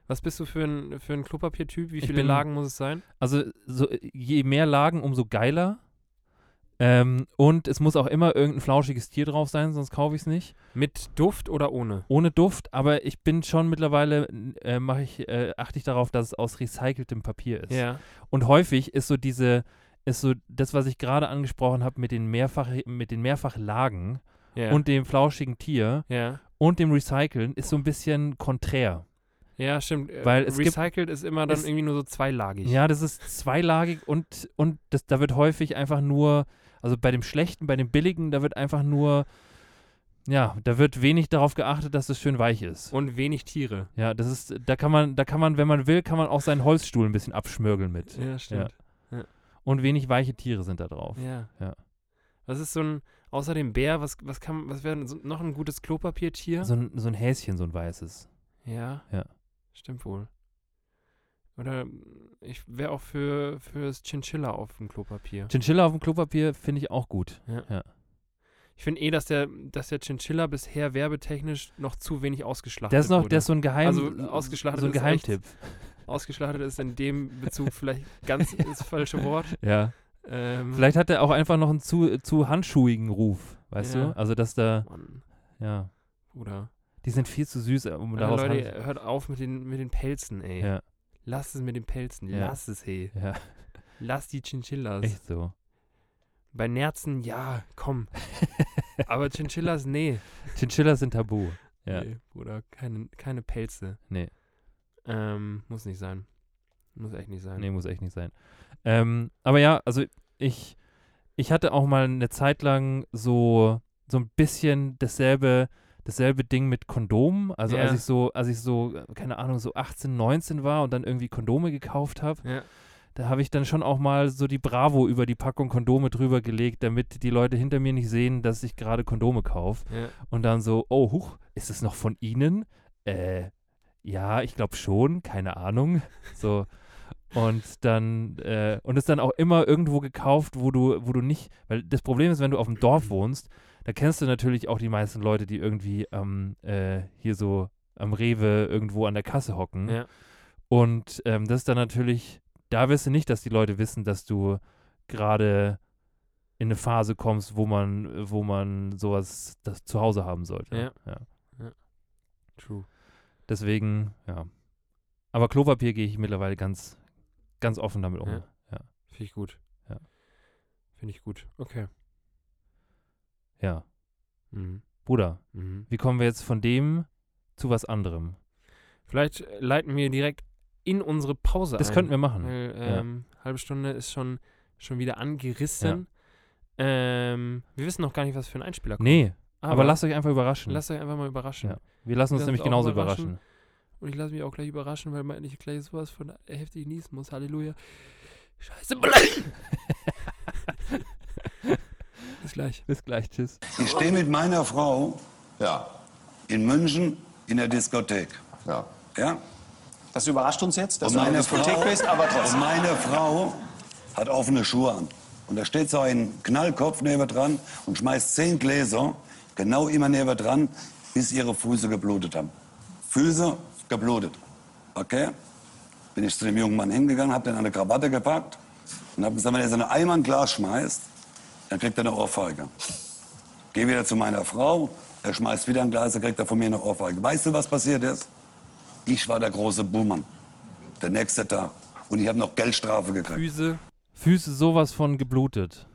S2: Was bist du für ein, für ein Klopapiertyp? Wie
S1: Ich
S2: viele
S1: bin-
S2: Lagen muss es sein?
S1: Also so, je mehr Lagen, umso geiler. Ähm, und es muss auch immer irgendein flauschiges Tier drauf sein, sonst kaufe ich es nicht.
S2: Mit Duft oder ohne?
S1: Ohne Duft, aber ich bin schon mittlerweile, äh, mache ich, äh, achte ich darauf, dass es aus recyceltem Papier ist.
S2: Ja.
S1: Und häufig ist so diese, ist so das, was ich gerade angesprochen habe mit den mehrfach, mit den Mehrfachlagen
S2: Ja.
S1: und dem flauschigen Tier
S2: ja.
S1: und dem Recyceln ist so ein bisschen konträr.
S2: Ja, stimmt. Äh,
S1: Weil es gibt-
S2: Recycelt ist immer dann
S1: es-
S2: irgendwie nur so zweilagig.
S1: Ja, das ist zweilagig und, und das, da wird häufig einfach nur, also bei dem Schlechten, bei dem Billigen, da wird einfach nur, ja, da wird wenig darauf geachtet, dass es schön weich ist.
S2: Und wenig Tiere.
S1: Ja, das ist, da kann man, da kann man, wenn man will, kann man auch seinen Holzstuhl ein bisschen abschmörgeln mit.
S2: Ja, stimmt.
S1: Und wenig weiche Tiere sind da drauf.
S2: Ja.
S1: Ja.
S2: Was ist so ein, außer dem Bär, was, was kann, was wäre denn so, noch ein gutes Klopapiertier?
S1: So, ein, so ein Häschen, so ein weißes.
S2: ja.
S1: Ja.
S2: Stimmt wohl. Oder mm, ich wäre auch für fürs Chinchilla auf dem Klopapier.
S1: Chinchilla auf dem Klopapier finde ich auch gut.
S2: Ich finde eh, dass der, dass der Chinchilla bisher werbetechnisch noch zu wenig ausgeschlachtet
S1: Der ist noch,
S2: wurde.
S1: der ist so ein Geheim,
S2: Also, ausgeschlachtet
S1: so ein
S2: ist echt-
S1: Geheimtipp.
S2: ausgeschlachtet ist in dem Bezug vielleicht ganz das falsche Wort.
S1: Ja.
S2: Ähm,
S1: Vielleicht hat er auch einfach noch einen zu, zu handschuhigen Ruf, weißt
S2: Ja.
S1: du? Also, dass da,
S2: Mann,
S1: ja.
S2: Bruder.
S1: Die sind viel zu süß, um
S2: Alter,
S1: daraus
S2: Leute,
S1: Hand-
S2: hört auf mit den, mit den Pelzen, ey.
S1: Ja,
S2: Lasst es mit den Pelzen.
S1: Ja.
S2: Lasst es, hey.
S1: ja,
S2: Lasst die Chinchillas.
S1: echt so.
S2: Bei Nerzen, ja, komm. Aber Chinchillas, nee.
S1: Chinchillas sind tabu. Ja.
S2: Nee, Bruder, keine, keine Pelze.
S1: Nee.
S2: Ähm, muss nicht sein. Muss echt nicht sein.
S1: Nee, muss echt nicht sein. Ähm, aber ja, also ich, ich hatte auch mal eine Zeit lang so, so ein bisschen dasselbe, dasselbe Ding mit Kondomen. Also als
S2: Ja.
S1: ich so, als ich so, äh, keine Ahnung, so 18, 19 war und dann irgendwie Kondome gekauft habe,
S2: Ja.
S1: da habe ich dann schon auch mal so die Bravo über die Packung Kondome drüber gelegt, damit die Leute hinter mir nicht sehen, dass ich gerade Kondome kaufe.
S2: Ja.
S1: Und dann so, oh, huch, ist es noch von Ihnen? Äh, ja, ich glaube schon, keine Ahnung. So. Und dann, äh, und es dann auch immer irgendwo gekauft, wo du, wo du nicht, weil das Problem ist, wenn du auf dem Dorf wohnst, da kennst du natürlich auch die meisten Leute, die irgendwie ähm, äh, hier so am Rewe irgendwo an der Kasse hocken.
S2: Ja.
S1: Und ähm, das ist dann natürlich, da wirst du nicht, dass die Leute wissen, dass du gerade in eine Phase kommst, wo man, wo man sowas das zu Hause haben sollte.
S2: Ja. True.
S1: Deswegen, ja. Aber Klopapier gehe ich mittlerweile ganz, ganz offen damit um.
S2: Ja. Finde ich gut.
S1: Ja.
S2: Finde ich gut. Okay.
S1: ja.
S2: Mhm.
S1: Bruder,
S2: Mhm.
S1: wie kommen wir jetzt von dem zu was anderem?
S2: Vielleicht äh, leiten wir direkt in unsere Pause
S1: Das
S2: ein.
S1: könnten wir machen.
S2: Weil,
S1: Ja.
S2: ähm, Halbe Stunde ist schon, schon wieder angerissen. Ähm, wir wissen noch gar nicht, was für ein Einspieler kommt.
S1: Nee, aber, lasst euch einfach überraschen.
S2: lasst euch einfach mal überraschen.
S1: Ja. wir lassen uns
S2: lasst
S1: nämlich
S2: auch
S1: genauso
S2: überraschen.
S1: überraschen.
S2: Und ich lasse mich auch gleich überraschen, weil man- ich gleich sowas von heftig niesen muss. Halleluja. Scheiße. Bis gleich.
S1: Bis gleich, tschüss.
S3: Ich stehe mit meiner Frau
S4: Ja,
S3: in München in der Diskothek.
S4: ja.
S3: Ja?
S5: Das überrascht uns jetzt, dass
S3: Und
S5: du in
S3: meine
S5: der Diskothek
S3: Frau,
S5: bist, aber trotzdem.
S3: und meine Frau hat offene Schuhe an. Und da steht so ein Knallkopf neben dran und schmeißt zehn Gläser genau immer neben dran, bis ihre Füße geblutet haben. Füße geblutet. Okay? Bin ich zu dem jungen Mann hingegangen, hab den an eine Krawatte gepackt und hab gesagt, wenn er so eine Eimer ein Glas schmeißt, dann kriegt er eine Ohrfeige. Geh wieder zu meiner Frau, er schmeißt wieder ein Glas, dann kriegt er von mir eine Ohrfeige. Weißt du, was passiert ist? Ich war der große Buhmann. Der nächste Tag. Und ich habe noch Geldstrafe gekriegt.
S2: Füße.
S1: Füße sowas von geblutet.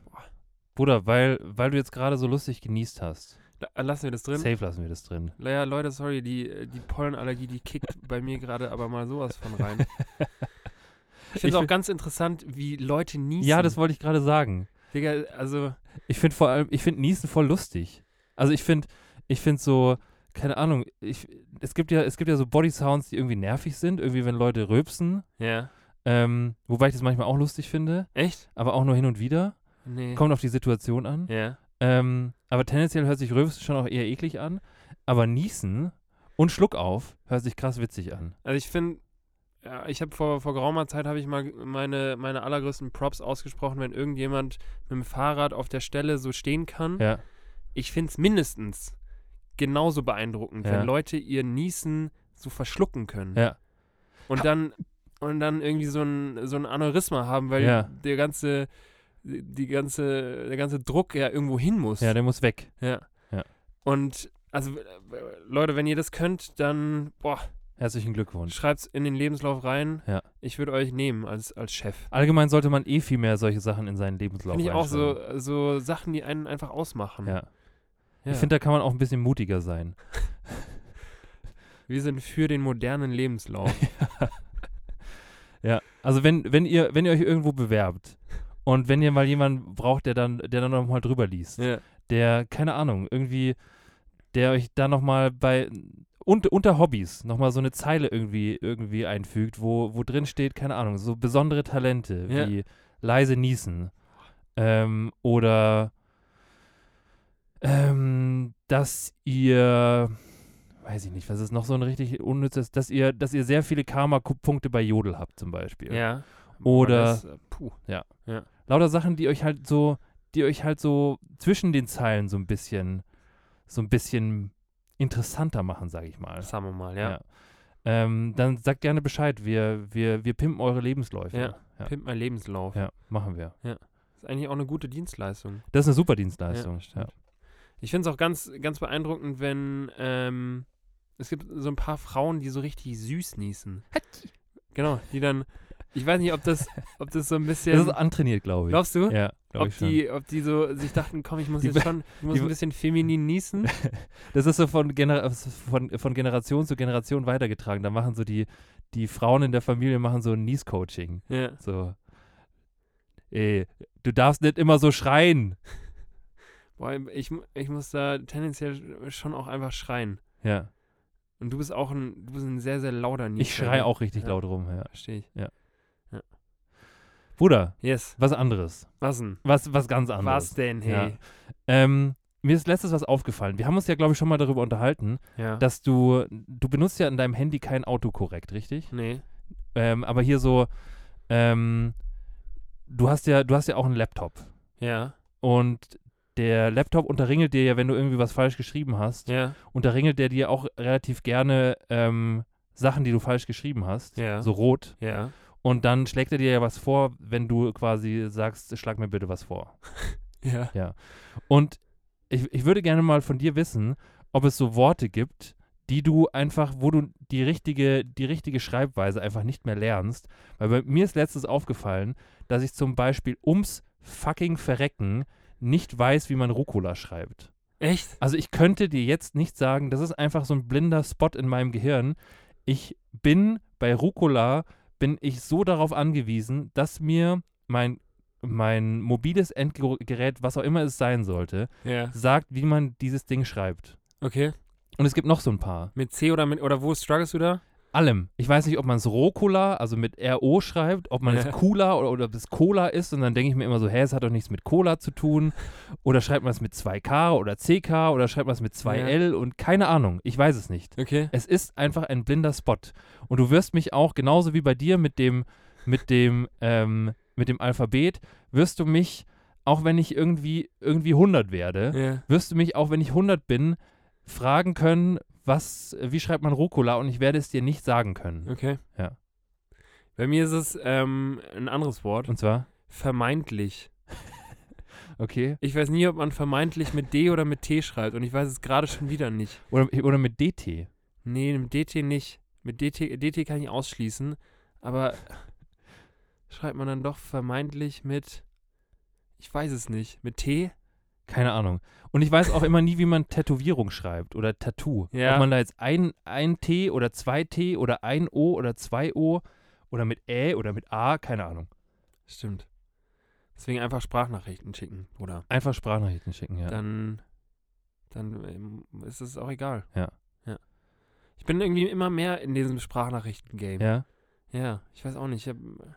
S1: Bruder, weil, weil du jetzt gerade so lustig genießt hast.
S2: La- äh, Lassen wir das drin.
S1: Safe lassen wir das drin.
S2: Naja, Leute, sorry, die, äh, die Pollenallergie, die kickt bei mir gerade aber mal sowas von rein. Ich
S1: Ich
S2: finde es auch
S1: find-
S2: ganz interessant, wie Leute niesen.
S1: Ja, das wollte ich gerade sagen.
S2: Digga, also,
S1: Ich finde vor allem, ich finde Niesen voll lustig. Also ich finde, ich finde so, keine Ahnung, ich, es gibt ja, es gibt ja so Body Sounds, die irgendwie nervig sind, irgendwie wenn Leute rülpsen,
S2: ja.
S1: ähm, wobei ich das manchmal auch lustig finde,
S2: Echt?
S1: aber auch nur hin und wieder.
S2: Nee.
S1: Kommt auf die Situation an.
S2: Ja.
S1: Ähm, aber tendenziell hört sich Röbsen schon auch eher eklig an. Aber Niesen und Schluckauf hört sich krass witzig an.
S2: Also ich finde, ja, ich habe vor, vor geraumer Zeit habe ich mal meine, meine allergrößten Props ausgesprochen, wenn irgendjemand mit dem Fahrrad auf der Stelle so stehen kann.
S1: Ja.
S2: Ich finde es mindestens genauso beeindruckend,
S1: Ja.
S2: wenn Leute ihr Niesen so verschlucken können.
S1: Ja.
S2: Und dann und dann irgendwie so ein, so ein Aneurysma haben, weil
S1: Ja.
S2: der ganze die ganze der ganze Druck ja irgendwo hin muss.
S1: Ja, der muss weg.
S2: Ja.
S1: Ja.
S2: Und also äh, Leute, wenn ihr das könnt, dann boah,
S1: Herzlichen Glückwunsch.
S2: schreibt's in den Lebenslauf rein.
S1: Ja.
S2: Ich würde euch nehmen als, als Chef.
S1: Allgemein sollte man eh viel mehr solche Sachen in seinen Lebenslauf
S2: Finde ich auch
S1: einschreiben.
S2: so, so Sachen, die einen einfach ausmachen.
S1: Ja.
S2: Ja.
S1: Ich finde, da kann man auch ein bisschen mutiger sein.
S2: wir sind für den modernen Lebenslauf.
S1: Ja, also wenn, wenn ihr, wenn ihr euch irgendwo bewerbt und wenn ihr mal jemanden braucht, der dann, der dann nochmal drüber liest,
S2: ja.
S1: der, keine Ahnung, irgendwie, der euch da nochmal bei und, unter Hobbys nochmal so eine Zeile irgendwie, irgendwie einfügt, wo, wo drin steht, keine Ahnung, so besondere Talente
S2: Ja.
S1: wie leise niesen ähm, oder ähm, dass ihr weiß ich nicht, was ist noch so ein richtig unnützes, dass ihr, dass ihr sehr viele Karma-Punkte bei Jodel habt zum Beispiel.
S2: ja.
S1: Oder-
S2: Das, äh, puh.
S1: Lauter Sachen, die euch halt so, die euch halt so zwischen den Zeilen so ein bisschen, so ein bisschen interessanter machen, sage ich mal.
S2: Das haben wir mal, ja.
S1: Ja. Ähm, dann sagt gerne Bescheid, wir, wir, wir pimpen eure Lebensläufe.
S2: Ja.
S1: ja.
S2: Pimp mein Lebenslauf.
S1: Ja, machen wir.
S2: Ist eigentlich auch eine gute Dienstleistung.
S1: Das ist eine super Dienstleistung.
S2: Ja,
S1: Ja,
S2: stimmt. Ich finde es auch ganz, ganz beeindruckend, wenn ähm, es gibt so ein paar Frauen, die so richtig süß niesen. Genau, die dann, ich weiß nicht, ob das, ob das so ein
S1: Das ist
S2: bisschen,
S1: antrainiert, glaube ich.
S2: glaubst du?
S1: ja, glaube
S2: ob,
S1: ich schon.
S2: die, ob die so sich dachten, komm, ich muss
S1: Die
S2: jetzt schon, ich muss
S1: die-
S2: ein bisschen feminin niesen.
S1: Das ist so von, Genera von, von Generation zu Generation weitergetragen. Da machen so die, die Frauen in der Familie machen so ein Nies-Coaching.
S2: ja.
S1: So. Ey, du darfst nicht immer so schreien.
S2: Boah, ich, ich muss da tendenziell schon auch einfach schreien.
S1: Ja.
S2: Und du bist auch ein, du bist ein sehr, sehr lauter Nieser.
S1: Ich schreie auch richtig
S2: Ja.
S1: laut rum, ja.
S2: Verstehe ich.
S1: Bruder,
S2: Yes.
S1: was anderes.
S2: Was denn?
S1: Was, was ganz anderes.
S2: Was denn, hey?
S1: Ähm, mir ist letztes was aufgefallen. Wir haben uns ja, glaube ich, schon mal darüber unterhalten,
S2: Ja.
S1: dass du, du benutzt ja in deinem Handy kein Autokorrekt, richtig?
S2: nee.
S1: Ähm, aber hier so, ähm, du hast ja, du hast ja auch einen Laptop.
S2: Ja.
S1: Und der Laptop unterringelt dir ja, wenn du irgendwie was falsch geschrieben hast,
S2: Ja.
S1: unterringelt der dir auch relativ gerne ähm, Sachen, die du falsch geschrieben hast.
S2: Ja.
S1: So rot.
S2: Ja.
S1: Und dann schlägt er dir ja was vor, wenn du quasi sagst, schlag mir bitte was vor.
S2: Ja.
S1: Und ich, ich würde gerne mal von dir wissen, ob es so Worte gibt, die du einfach, wo du die richtige, die richtige Schreibweise einfach nicht mehr lernst. Weil bei mir ist letztens aufgefallen, dass ich zum Beispiel ums fucking Verrecken nicht weiß, wie man Rucola schreibt.
S2: Echt?
S1: Also ich könnte dir jetzt nicht sagen, das ist einfach so ein blinder Spot in meinem Gehirn. Ich bin bei Rucola, bin ich so darauf angewiesen, dass mir mein, mein mobiles Endgerät, was auch immer es sein sollte,
S2: Ja.
S1: sagt, wie man dieses Ding schreibt.
S2: Okay.
S1: Und es gibt noch so ein paar.
S2: Mit C oder mit oder wo strugglest du da?
S1: Allem. Ich weiß nicht, ob man es Rocola, also mit RO schreibt, ob man es
S2: Ja.
S1: Cola oder, oder ob es Cola ist. Und dann denke ich mir immer so, hä, es hat doch nichts mit Cola zu tun. Oder schreibt man es mit 2K oder CK oder schreibt man es mit 2L und keine Ahnung. Ich weiß es nicht.
S2: Okay.
S1: Es ist einfach ein blinder Spot. Und du wirst mich auch, genauso wie bei dir mit dem, mit dem, ähm, mit dem Alphabet, wirst du mich, auch wenn ich irgendwie, irgendwie 100 werde,
S2: Ja.
S1: wirst du mich, auch wenn ich 100 bin, fragen können, was, wie schreibt man Rucola und ich werde es dir nicht sagen können.
S2: Okay.
S1: Ja.
S2: Bei mir ist es ähm, ein anderes Wort.
S1: Und zwar,
S2: Vermeintlich.
S1: okay,
S2: Ich weiß nie, ob man vermeintlich mit D oder mit T schreibt und ich weiß es gerade schon wieder nicht.
S1: oder, oder mit DT.
S2: Nee, mit DT nicht. Mit DT, DT kann ich ausschließen, aber schreibt man dann doch vermeintlich mit, ich weiß es nicht, mit T?
S1: Keine Ahnung. Und ich weiß auch immer nie, wie man Tätowierung schreibt oder Tattoo.
S2: Ja.
S1: Ob man da jetzt ein, ein T oder zwei T oder ein O oder zwei O oder mit Ä oder mit A, keine Ahnung.
S2: Stimmt. Deswegen einfach Sprachnachrichten schicken, Bruder.
S1: Einfach Sprachnachrichten schicken, ja.
S2: dann, dann ähm, ist es auch egal.
S1: Ja.
S2: ja. Ich bin irgendwie immer mehr in diesem Sprachnachrichten-Game.
S1: Ja,
S2: Ja, ich weiß auch nicht. äh, Ich habe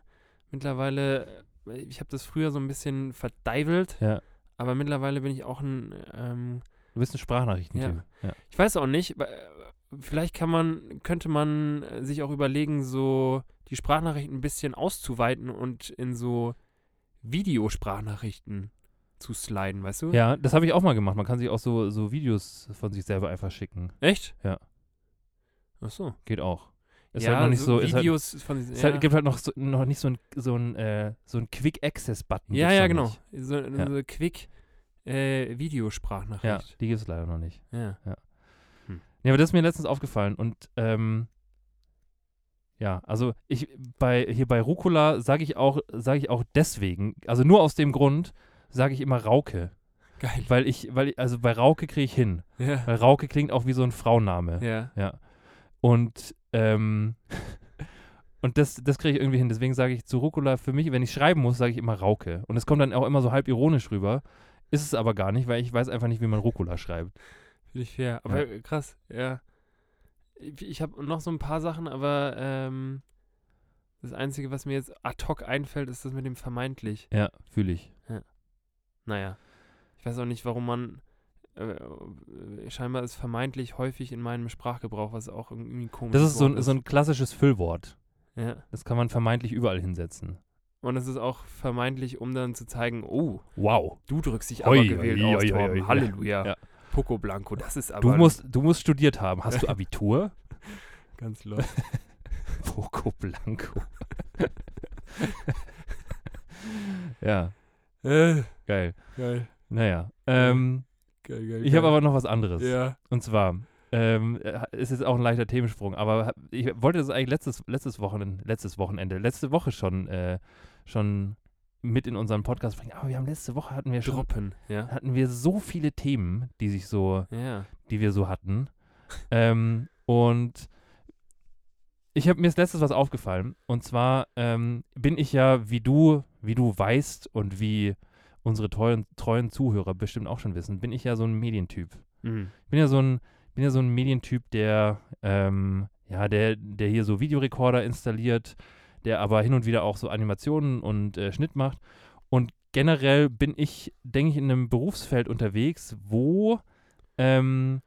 S2: mittlerweile, äh, ich habe das früher so ein bisschen verdeivelt,
S1: ja.
S2: Aber mittlerweile bin ich auch ein. Ähm,
S1: Du bist ein Sprachnachrichtentyp. Ja.
S2: ich weiß auch nicht, weil, äh, vielleicht kann man, könnte man äh, sich auch überlegen, so die Sprachnachrichten ein bisschen auszuweiten und in so Videosprachnachrichten zu sliden, weißt du?
S1: Ja. das habe ich auch mal gemacht. Man kann sich auch so, so Videos von sich selber einfach schicken.
S2: Echt?
S1: Ja.
S2: Ach so.
S1: Geht auch. Ist halt noch nicht so. Ist halt,
S2: Videos von diesen-
S1: es halt, gibt halt noch, so, noch nicht so ein, so ein, äh, so ein Quick-Access-Button.
S2: Ja,
S1: gibt's
S2: ja,
S1: noch
S2: genau.
S1: nicht.
S2: So,
S1: Ja.
S2: so quick äh,
S1: Ja,
S2: Videosprachnachricht.
S1: die gibt es leider noch nicht.
S2: Ja.
S1: Ja, aber das ist mir letztens aufgefallen. Und ähm, ja, also ich bei hier bei Rucola sage ich auch, sage ich auch deswegen, also nur aus dem Grund, sage ich immer Rauke.
S2: Geil.
S1: Weil ich, weil ich, also bei Rauke kriege ich hin.
S2: Ja.
S1: Weil Rauke klingt auch wie so ein Frauenname.
S2: Ja.
S1: Und, ähm, und das, das kriege ich irgendwie hin. Deswegen sage ich zu Rucola für mich, wenn ich schreiben muss, sage ich immer Rauke. Und es kommt dann auch immer so halb ironisch rüber. Ist es aber gar nicht, weil ich weiß einfach nicht, wie man Rucola schreibt.
S2: Finde ich fair. Aber äh, krass, ja. Ich, ich habe noch so ein paar Sachen, aber ähm, das Einzige, was mir jetzt ad hoc einfällt, ist das mit dem vermeintlich.
S1: Ja, fühle ich.
S2: Naja. Ich weiß auch nicht, warum man. Äh, äh, scheinbar ist vermeintlich häufig in meinem Sprachgebrauch, was auch irgendwie komisch
S1: Das ist so
S2: geworden
S1: ein, so ein klassisches Füllwort.
S2: ja.
S1: Das kann man vermeintlich überall hinsetzen.
S2: Und es ist auch vermeintlich, um dann zu zeigen, oh,
S1: Wow.
S2: Du drückst dich
S1: Oi,
S2: aber gewählt
S1: oi,
S2: aus,
S1: oi,
S2: Torben.
S1: oi, oi.
S2: Halleluja.
S1: Ja.
S2: Poco Blanco, das ist aber
S1: Du musst, du musst studiert haben. Hast du Abitur?
S2: ganz los.
S1: Poco Blanco. ja,
S2: äh,
S1: geil.
S2: geil,
S1: Naja. Ähm,
S2: geil, geil.
S1: ich habe aber noch was anderes.
S2: Ja,
S1: Und zwar, ähm, äh, ist jetzt auch ein leichter Themensprung, aber hab- ich wollte das eigentlich letztes, letztes, Wochenende, letztes Wochenende, letzte Woche schon, äh, schon mit in unseren Podcast bringen. Aber wir haben letzte Woche hatten wir schon,
S2: droppen. Ja.
S1: hatten wir so viele Themen, die sich so,
S2: Ja.
S1: die wir so hatten. ähm, und ich habe mir ist letztes was aufgefallen. Und zwar ähm, bin ich ja, wie du, wie du weißt und wie unsere treuen, treuen Zuhörer bestimmt auch schon wissen, bin ich ja so ein Medientyp.
S2: Mhm.
S1: Ich bin ja so ein, bin ja so ein Medientyp, der, ähm, ja, der, der hier so Videorekorder installiert, der aber hin und wieder auch so Animationen und äh, Schnitt macht. Und generell bin ich, denke ich, in einem Berufsfeld unterwegs, wo, ähm,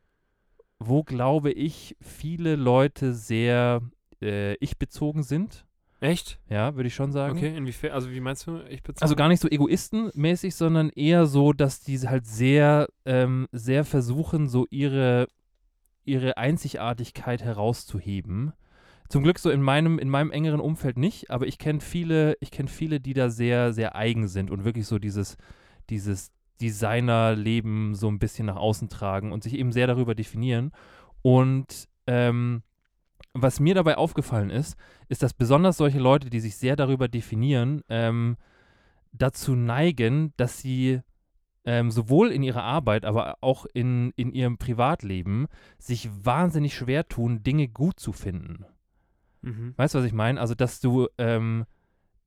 S1: wo glaube ich, viele Leute sehr äh, ich-bezogen sind.
S2: Echt?
S1: Ja, würde ich schon sagen.
S2: Okay, inwiefern? Also, wie meinst du? Ich bezahle.
S1: Also gar nicht so egoistenmäßig, sondern eher so, dass die halt sehr, ähm, sehr versuchen, so ihre, ihre Einzigartigkeit herauszuheben. Zum Glück so in meinem, in meinem engeren Umfeld nicht, aber ich kenne viele, ich kenne viele, die da sehr, sehr eigen sind und wirklich so dieses, dieses Designerleben so ein bisschen nach außen tragen und sich eben sehr darüber definieren. Und ähm, was mir dabei aufgefallen ist, ist, dass besonders solche Leute, die sich sehr darüber definieren, ähm, dazu neigen, dass sie ähm, sowohl in ihrer Arbeit, aber auch in, in ihrem Privatleben sich wahnsinnig schwer tun, Dinge gut zu finden.
S2: Mhm.
S1: Weißt du, was ich meine? Also, dass du, ähm,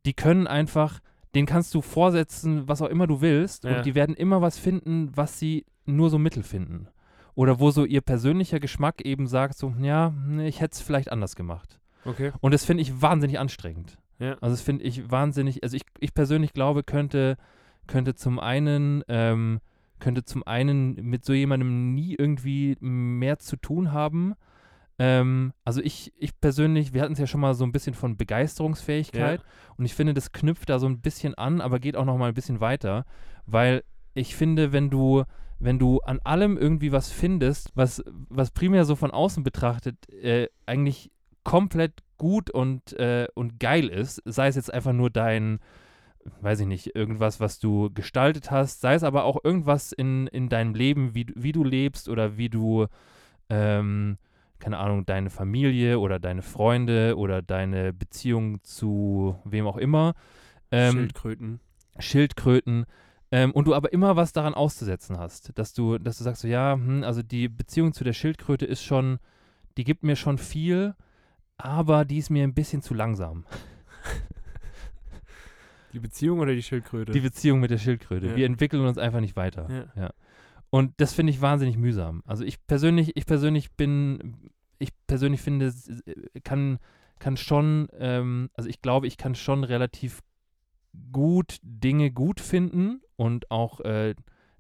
S1: die können einfach, denen kannst du vorsetzen, was auch immer du willst,
S2: Ja.
S1: und die werden immer was finden, was sie nur so mittel finden. Oder wo so ihr persönlicher Geschmack eben sagt, so, ja, nee, ich hätte es vielleicht anders gemacht.
S2: Okay.
S1: Und das finde ich wahnsinnig anstrengend.
S2: Ja.
S1: Also das finde ich wahnsinnig, also ich, ich persönlich glaube, könnte, könnte zum einen, ähm, könnte zum einen mit so jemandem nie irgendwie mehr zu tun haben. Ähm, also ich, ich persönlich, wir hatten es ja schon mal so ein bisschen von Begeisterungsfähigkeit und ich finde, das knüpft da so ein bisschen an, aber geht auch noch mal ein bisschen weiter, weil ich finde, wenn du, wenn du an allem irgendwie was findest, was, was primär so von außen betrachtet, äh, eigentlich komplett gut und, äh, und geil ist, sei es jetzt einfach nur dein, weiß ich nicht, irgendwas, was du gestaltet hast, sei es aber auch irgendwas in, in deinem Leben, wie, du- wie du lebst oder wie du, ähm, keine Ahnung, deine Familie oder deine Freunde oder deine Beziehung zu wem auch immer. Ähm,
S2: Schildkröten.
S1: Schildkröten. Ähm, und du aber immer was daran auszusetzen hast, dass du, dass du sagst, so, ja, hm, also die Beziehung zu der Schildkröte ist schon, die gibt mir schon viel, aber die ist mir ein bisschen zu langsam.
S2: Die Beziehung oder die Schildkröte?
S1: Die Beziehung mit der Schildkröte.
S2: Ja.
S1: Wir entwickeln uns einfach nicht weiter.
S2: ja.
S1: Und das finde ich wahnsinnig mühsam. Also ich persönlich, ich persönlich bin, ich persönlich finde, es- es- kann, kann schon, ähm, also ich glaube, ich kann schon relativ gut Dinge gut finden und auch äh,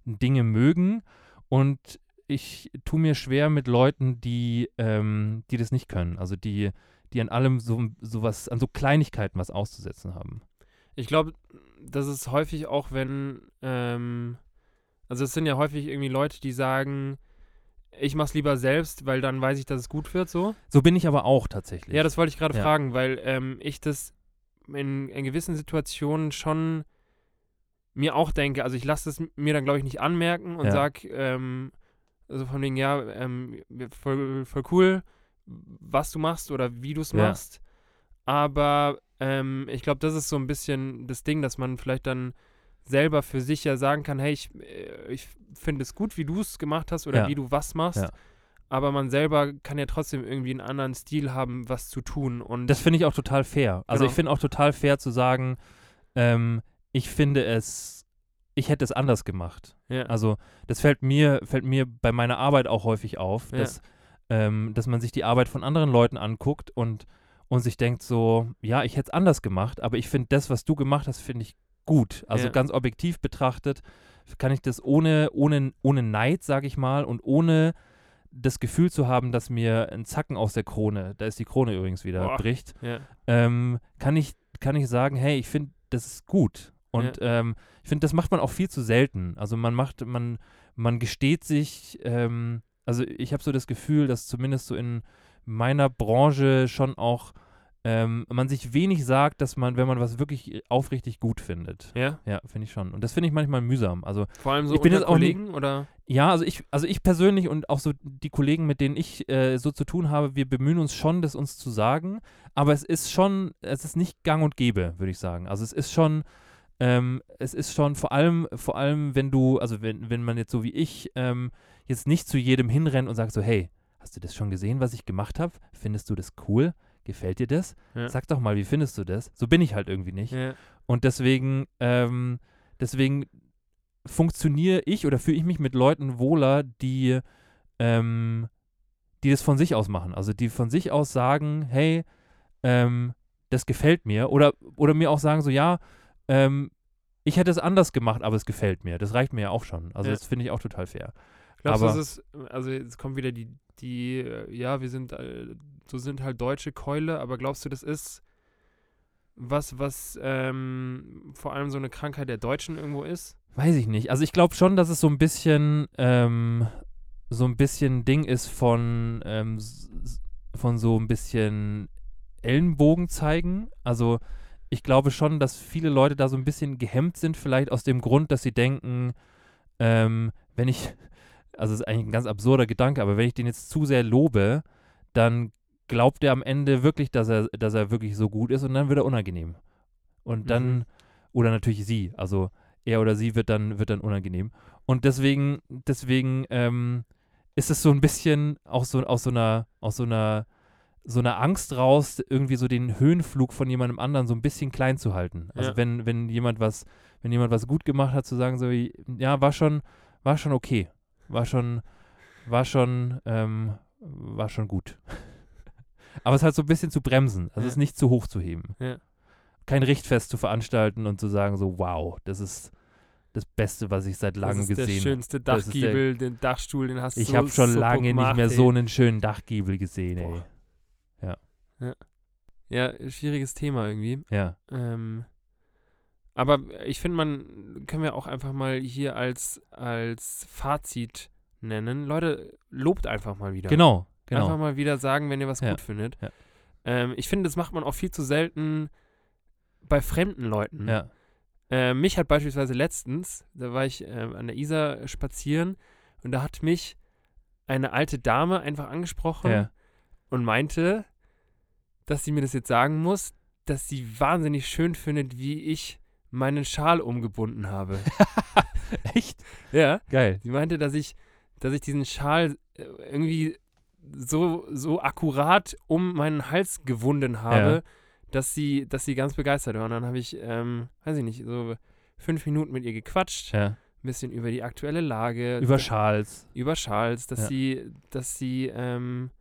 S1: Dinge mögen und ich tue mir schwer mit Leuten, die, ähm, die das nicht können. Also die, die an allem so, so was, an so Kleinigkeiten was auszusetzen haben.
S2: Ich glaube, das ist häufig auch, wenn, ähm, also es sind ja häufig irgendwie Leute, die sagen, ich mach's lieber selbst, weil dann weiß ich, dass es gut wird, so.
S1: So bin ich aber auch tatsächlich.
S2: Ja, das wollte ich gerade
S1: Ja.
S2: fragen, weil ähm, ich das in, in gewissen Situationen schon mir auch denke. Also ich lasse es mir dann, glaube ich, nicht anmerken und
S1: Ja.
S2: sag, ähm, also von wegen, ja, ähm, voll, voll cool, was du machst oder wie du es
S1: Ja.
S2: machst. Aber ähm, ich glaube, das ist so ein bisschen das Ding, dass man vielleicht dann selber für sich ja sagen kann, hey, ich, äh, ich finde es gut, wie du es gemacht hast oder
S1: Ja.
S2: wie du was machst.
S1: Ja.
S2: Aber man selber kann ja trotzdem irgendwie einen anderen Stil haben, was zu tun. Und
S1: Das finde ich auch total fair. Also
S2: Genau.
S1: ich finde auch total fair zu sagen, ähm, ich finde es, ich hätte es anders gemacht.
S2: ja.
S1: Also das fällt mir, fällt mir bei meiner Arbeit auch häufig auf,
S2: Ja.
S1: dass, ähm, dass man sich die Arbeit von anderen Leuten anguckt und, und sich denkt so, ja, ich hätte es anders gemacht, aber ich finde das, was du gemacht hast, finde ich gut. Also
S2: Ja.
S1: ganz objektiv betrachtet kann ich das ohne, ohne, ohne Neid, sage ich mal, und ohne das Gefühl zu haben, dass mir ein Zacken aus der Krone, da ist die Krone übrigens wieder,
S2: Boah.
S1: bricht,
S2: ja.
S1: ähm, kann, ich, kann ich sagen, hey, ich finde, das ist gut. Und ähm, ich finde, das macht man auch viel zu selten. Also man macht, man, man gesteht sich, ähm, also ich habe so das Gefühl, dass zumindest so in meiner Branche schon auch ähm, man sich wenig sagt, dass man, wenn man was wirklich äh, aufrichtig gut findet.
S2: ja.
S1: Ja, finde ich schon. Und das finde ich manchmal mühsam. Also
S2: Vor allem so
S1: Ich bin
S2: unter
S1: jetzt auch nie-
S2: Kollegen oder?
S1: ja, also ich, also ich persönlich und auch so die Kollegen, mit denen ich äh, so zu tun habe, wir bemühen uns schon, das uns zu sagen, aber es ist schon, es ist nicht gang und gäbe, würde ich sagen. Also es ist schon, ähm, es ist schon vor allem, vor allem, wenn du, also wenn, wenn man jetzt so wie ich ähm, jetzt nicht zu jedem hinrennt und sagt so, hey, hast du das schon gesehen, was ich gemacht habe? Findest du das cool? Gefällt dir das?
S2: Ja.
S1: Sag doch mal, wie findest du das? So bin ich halt irgendwie nicht.
S2: Ja.
S1: Und deswegen, ähm, deswegen funktioniere ich oder fühle ich mich mit Leuten wohler, die, ähm, die das von sich aus machen. Also die von sich aus sagen, hey, ähm, das gefällt mir. Oder, oder mir auch sagen so, ja, ähm, ich hätte es anders gemacht, aber es gefällt mir. Das reicht mir ja auch schon. Also
S2: Ja.
S1: das finde ich auch total fair.
S2: Glaubst du,
S1: Aber-
S2: es ist, also jetzt kommt wieder die, die, äh, ja, wir sind, äh, so sind halt deutsche Keule, aber glaubst du, das ist was, was ähm, vor allem so eine Krankheit der Deutschen irgendwo ist?
S1: Weiß ich nicht. Also ich glaube schon, dass es so ein bisschen ähm, so ein bisschen Ding ist von ähm, s- s- von so ein bisschen Ellenbogen zeigen. Also ich glaube schon, dass viele Leute da so ein bisschen gehemmt sind, vielleicht aus dem Grund, dass sie denken, ähm, wenn ich, also es ist eigentlich ein ganz absurder Gedanke, aber wenn ich den jetzt zu sehr lobe, dann glaubt er am Ende wirklich, dass er, dass er wirklich so gut ist und dann wird er unangenehm. Und dann,
S2: Mhm.
S1: oder natürlich sie, also er oder sie wird dann, wird dann unangenehm. Und deswegen, deswegen ähm, ist es so ein bisschen auch so aus so einer, aus so einer, so einer Angst raus, irgendwie so den Höhenflug von jemandem anderen so ein bisschen klein zu halten. Also
S2: Ja.
S1: wenn, wenn jemand was, wenn jemand was gut gemacht hat, zu sagen, so, ja, war schon, war schon okay. War schon, war schon, ähm, war schon gut. Aber es halt so ein bisschen zu bremsen, also
S2: Ja.
S1: es nicht zu hoch zu heben.
S2: Ja.
S1: Kein Richtfest zu veranstalten und zu sagen, so, wow, das ist das Beste, was ich seit langem
S2: das ist
S1: gesehen
S2: der
S1: habe.
S2: schönste
S1: Das ist der-
S2: Dachgiebel, den Dachstuhl, den hast du
S1: Ich
S2: so
S1: habe schon
S2: super
S1: lange nicht
S2: gemacht,
S1: mehr
S2: ey.
S1: so einen schönen Dachgiebel gesehen, ey.
S2: Boah. Ja, schwieriges Thema irgendwie.
S1: Ja.
S2: Ähm, aber ich finde, man können wir auch einfach mal hier als, als Fazit nennen. Leute, lobt einfach mal wieder.
S1: Genau, genau.
S2: Einfach mal wieder sagen, wenn ihr was
S1: Ja,
S2: gut findet.
S1: ja.
S2: Ähm, ich finde, das macht man auch viel zu selten bei fremden Leuten.
S1: Ja.
S2: Äh, mich hat beispielsweise letztens, da war ich ähm, an der Isar spazieren und da hat mich eine alte Dame einfach angesprochen
S1: Ja.
S2: und meinte, dass sie mir das jetzt sagen muss, dass sie wahnsinnig schön findet, wie ich meinen Schal umgebunden habe.
S1: Echt?
S2: ja,
S1: Geil.
S2: sie meinte, dass ich, dass ich diesen Schal äh, irgendwie so, so akkurat um meinen Hals gewunden habe, dass sie, dass sie ganz begeistert war. Und dann habe ich, ähm, weiß ich nicht, so fünf Minuten mit ihr gequatscht, ein
S1: Ja.
S2: bisschen über die aktuelle Lage,
S1: Über Charles.
S2: über Charles, dass
S1: Ja.
S2: sie, dass sie ähm,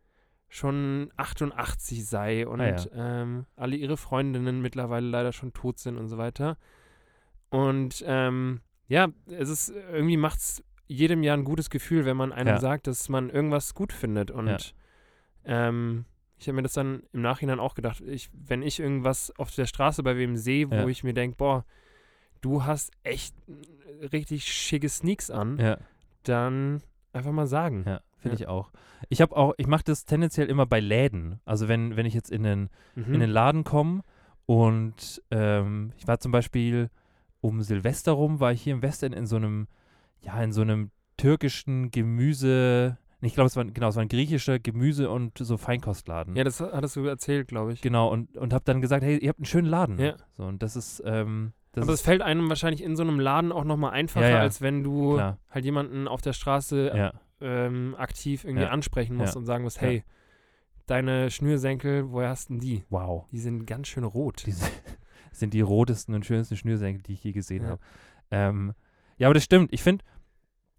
S2: schon 88 sei und
S1: Ah ja.
S2: ähm, alle ihre Freundinnen mittlerweile leider schon tot sind und so weiter. Und ähm, Ja, es ist irgendwie macht es jedem Jahr ein gutes Gefühl, wenn man einem
S1: Ja.
S2: sagt, dass man irgendwas gut findet. Und
S1: Ja.
S2: ähm, ich habe mir das dann im Nachhinein auch gedacht, ich, wenn ich irgendwas auf der Straße bei wem sehe, wo
S1: Ja.
S2: ich mir denke, boah, du hast echt äh, richtig schicke Sneaks an,
S1: Ja,
S2: dann einfach mal sagen.
S1: ja, finde ich auch. Ich habe auch, ich mache das tendenziell immer bei Läden. Also wenn, wenn ich jetzt in den
S2: Mhm.
S1: in den Laden kommen. Und ähm, ich war zum Beispiel um Silvester rum, war ich hier im Westen in so einem, ja, in so einem türkischen Gemüse, ich glaube, es war, ein- genau, es war ein griechischer Gemüse- und so Feinkostladen.
S2: ja, das hattest du erzählt, glaube ich.
S1: Genau, und, und habe dann gesagt, hey, ihr habt einen schönen Laden.
S2: Ja.
S1: So, und das ist, ähm, das
S2: Aber es
S1: ist,
S2: fällt einem wahrscheinlich in so einem Laden auch nochmal einfacher,
S1: Ja, ja.
S2: als wenn du
S1: klar,
S2: halt jemanden auf der Straße
S1: ja,
S2: ähm, aktiv irgendwie
S1: Ja.
S2: ansprechen musst
S1: Ja.
S2: und sagen musst,
S1: Ja.
S2: hey, deine Schnürsenkel, woher hast denn die?
S1: wow.
S2: Die sind ganz schön rot.
S1: Die sind- sind die rotesten und schönsten Schnürsenkel, die ich je gesehen
S2: Ja.
S1: habe. Ähm, ja, aber das stimmt. Ich finde,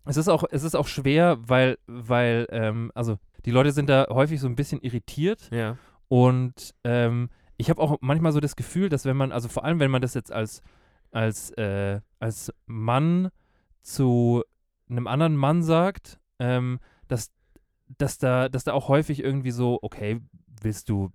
S1: es ist auch, es ist auch schwer, weil, weil, ähm, also die Leute sind da häufig so ein bisschen irritiert
S2: ja.
S1: und ähm, ich habe auch manchmal so das Gefühl, dass wenn man, also vor allem wenn man das jetzt als, als, äh, als Mann zu einem anderen Mann sagt, ähm, dass, dass da, dass da auch häufig irgendwie so, okay, willst du,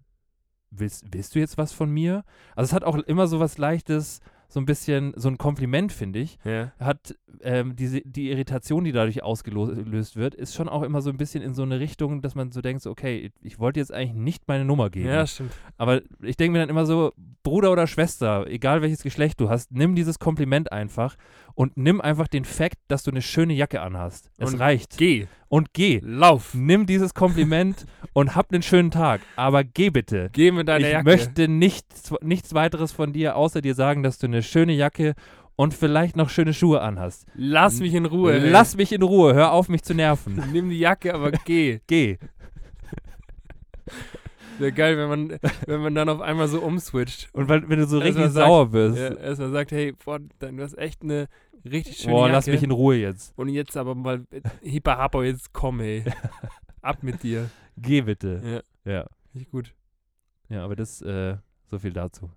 S1: willst, willst du jetzt was von mir? Also es hat auch immer so was Leichtes, so ein bisschen, so ein Kompliment, finde ich
S2: ja.
S1: hat ähm, diese, die Irritation, die dadurch ausgelöst wird, ist schon auch immer so ein bisschen in so eine Richtung, dass man so denkt, so, okay, ich wollte jetzt eigentlich nicht meine Nummer geben.
S2: Ja, stimmt.
S1: Aber ich denke mir dann immer so, Bruder oder Schwester, egal welches Geschlecht du hast, nimm dieses Kompliment einfach und nimm einfach den Fakt, dass du eine schöne Jacke anhast. Es
S2: Und
S1: reicht.
S2: Geh,
S1: und geh.
S2: lauf,
S1: Nimm dieses Kompliment und hab einen schönen Tag. Aber geh bitte
S2: geh mit deiner
S1: ich
S2: Jacke.
S1: möchte nichts, nichts weiteres von dir, außer dir sagen, dass du eine schöne Jacke und vielleicht noch schöne Schuhe anhast.
S2: Lass mich in Ruhe. ey.
S1: Lass mich in Ruhe, hör auf mich zu nerven.
S2: Nimm die Jacke, aber geh.
S1: Geh.
S2: Wäre geil, wenn man, wenn man dann auf einmal so umswitcht.
S1: Und weil, wenn du äh, so
S2: Also
S1: richtig
S2: sag-
S1: sauer wirst,
S2: Ja, Erstmal sagt, hey, boah, du hast echt eine richtig schöne
S1: boah,
S2: Jacke.
S1: lass mich in Ruhe jetzt.
S2: und jetzt aber mal, äh, hipper happer, jetzt komm, ey. Ab mit dir.
S1: Geh bitte.
S2: Ja,
S1: Ja,
S2: nicht gut.
S1: ja aber das, äh, so viel dazu.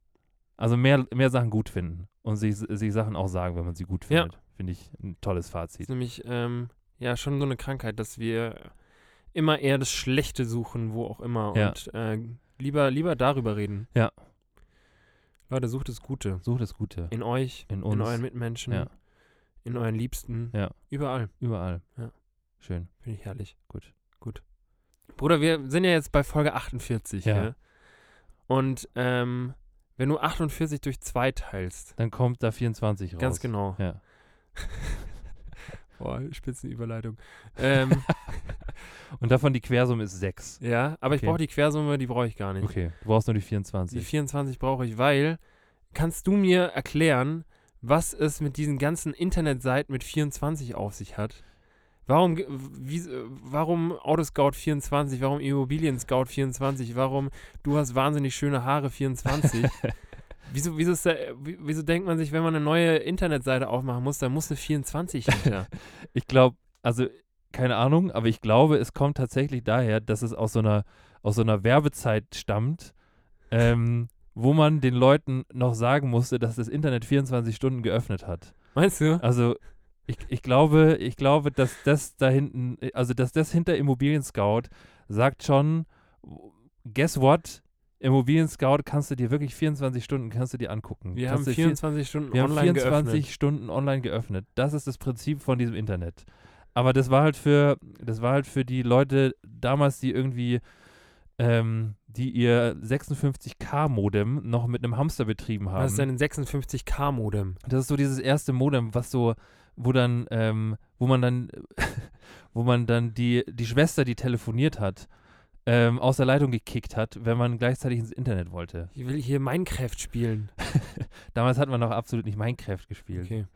S1: Also mehr, mehr Sachen gut finden und sich, sich Sachen auch sagen, wenn man sie gut
S2: Ja.
S1: findet. Finde ich ein tolles Fazit.
S2: ist nämlich ähm, ja schon so eine Krankheit, dass wir immer eher das Schlechte suchen, wo auch immer.
S1: Ja.
S2: Und äh, lieber, lieber darüber reden.
S1: Ja.
S2: Leute, sucht das Gute.
S1: Such das Gute
S2: In euch,
S1: in
S2: in
S1: uns,
S2: euren Mitmenschen,
S1: Ja.
S2: in euren Liebsten.
S1: Ja.
S2: Überall.
S1: überall.
S2: Ja.
S1: Schön.
S2: Finde ich herrlich.
S1: Gut.
S2: Gut. Bruder, wir sind ja jetzt bei Folge 48.
S1: Ja.
S2: Ne? Und ähm, wenn du 48 durch 2 teilst,
S1: Dann kommt da 24 raus.
S2: ganz genau.
S1: Ja.
S2: Boah, Spitzenüberleitung. ähm,
S1: Und davon die Quersumme ist 6.
S2: ja, aber ich
S1: Okay.
S2: brauche die Quersumme, die brauche ich gar nicht.
S1: Okay, du brauchst nur die
S2: Die
S1: 24.
S2: 24 brauche ich, weil kannst du mir erklären, was es mit diesen ganzen Internetseiten mit 24 auf sich hat? Warum, ge- wie, äh, warum Autoscout 24? Warum Immobilien Scout 24? Warum du hast wahnsinnig schöne Haare 24? wieso, wieso, ist da, wie- wieso denkt man sich, wenn man eine neue Internetseite aufmachen muss, da muss eine 24 hinter?
S1: Ich glaube, also keine Ahnung, aber ich glaube, es kommt tatsächlich daher, dass es aus so einer, aus so einer Werbezeit stammt, ähm, wo man den Leuten noch sagen musste, dass das Internet 24 Stunden geöffnet hat.
S2: Meinst du?
S1: Also ich, ich glaube, ich glaube, dass das da hinten, also dass das hinter Immobilien Scout sagt schon, guess what? Immobilien Scout kannst du dir wirklich 24 Stunden kannst du dir angucken.
S2: Wir haben
S1: kannst du vier-
S2: 24 Stunden
S1: Wir haben
S2: online
S1: 24
S2: geöffnet.
S1: Stunden online geöffnet. Das ist das Prinzip von diesem Internet. Aber das war halt für, das war halt für die Leute damals, die irgendwie, ähm, die ihr 56K-Modem noch mit einem Hamster betrieben haben.
S2: Das ist ein 56K-Modem.
S1: Das ist so dieses erste Modem, was so, wo dann, ähm, wo man dann, wo man dann die, die Schwester, die telefoniert hat, ähm, aus der Leitung gekickt hat, wenn man gleichzeitig ins Internet wollte.
S2: Ich will hier Minecraft spielen.
S1: Damals hat man noch absolut nicht Minecraft gespielt.
S2: Okay.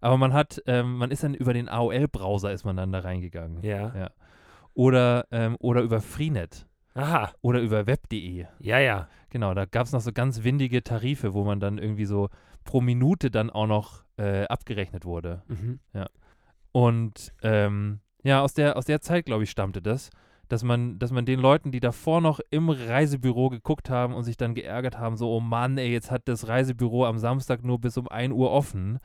S1: Aber man hat, ähm, man ist dann über den AOL-Browser ist man dann da reingegangen.
S2: Ja.
S1: Ja. Oder, ähm, oder über Freenet
S2: Aha.
S1: oder über web.de.
S2: Ja, ja.
S1: Genau, da gab es noch so ganz windige Tarife, wo man dann irgendwie so pro Minute dann auch noch äh, abgerechnet wurde.
S2: Mhm.
S1: Und ähm, ja, aus der, aus der Zeit, glaube ich, stammte das, dass man, dass man den Leuten, die davor noch im Reisebüro geguckt haben und sich dann geärgert haben, so, oh Mann, ey, jetzt hat das Reisebüro am Samstag nur bis um 1 Uhr offen,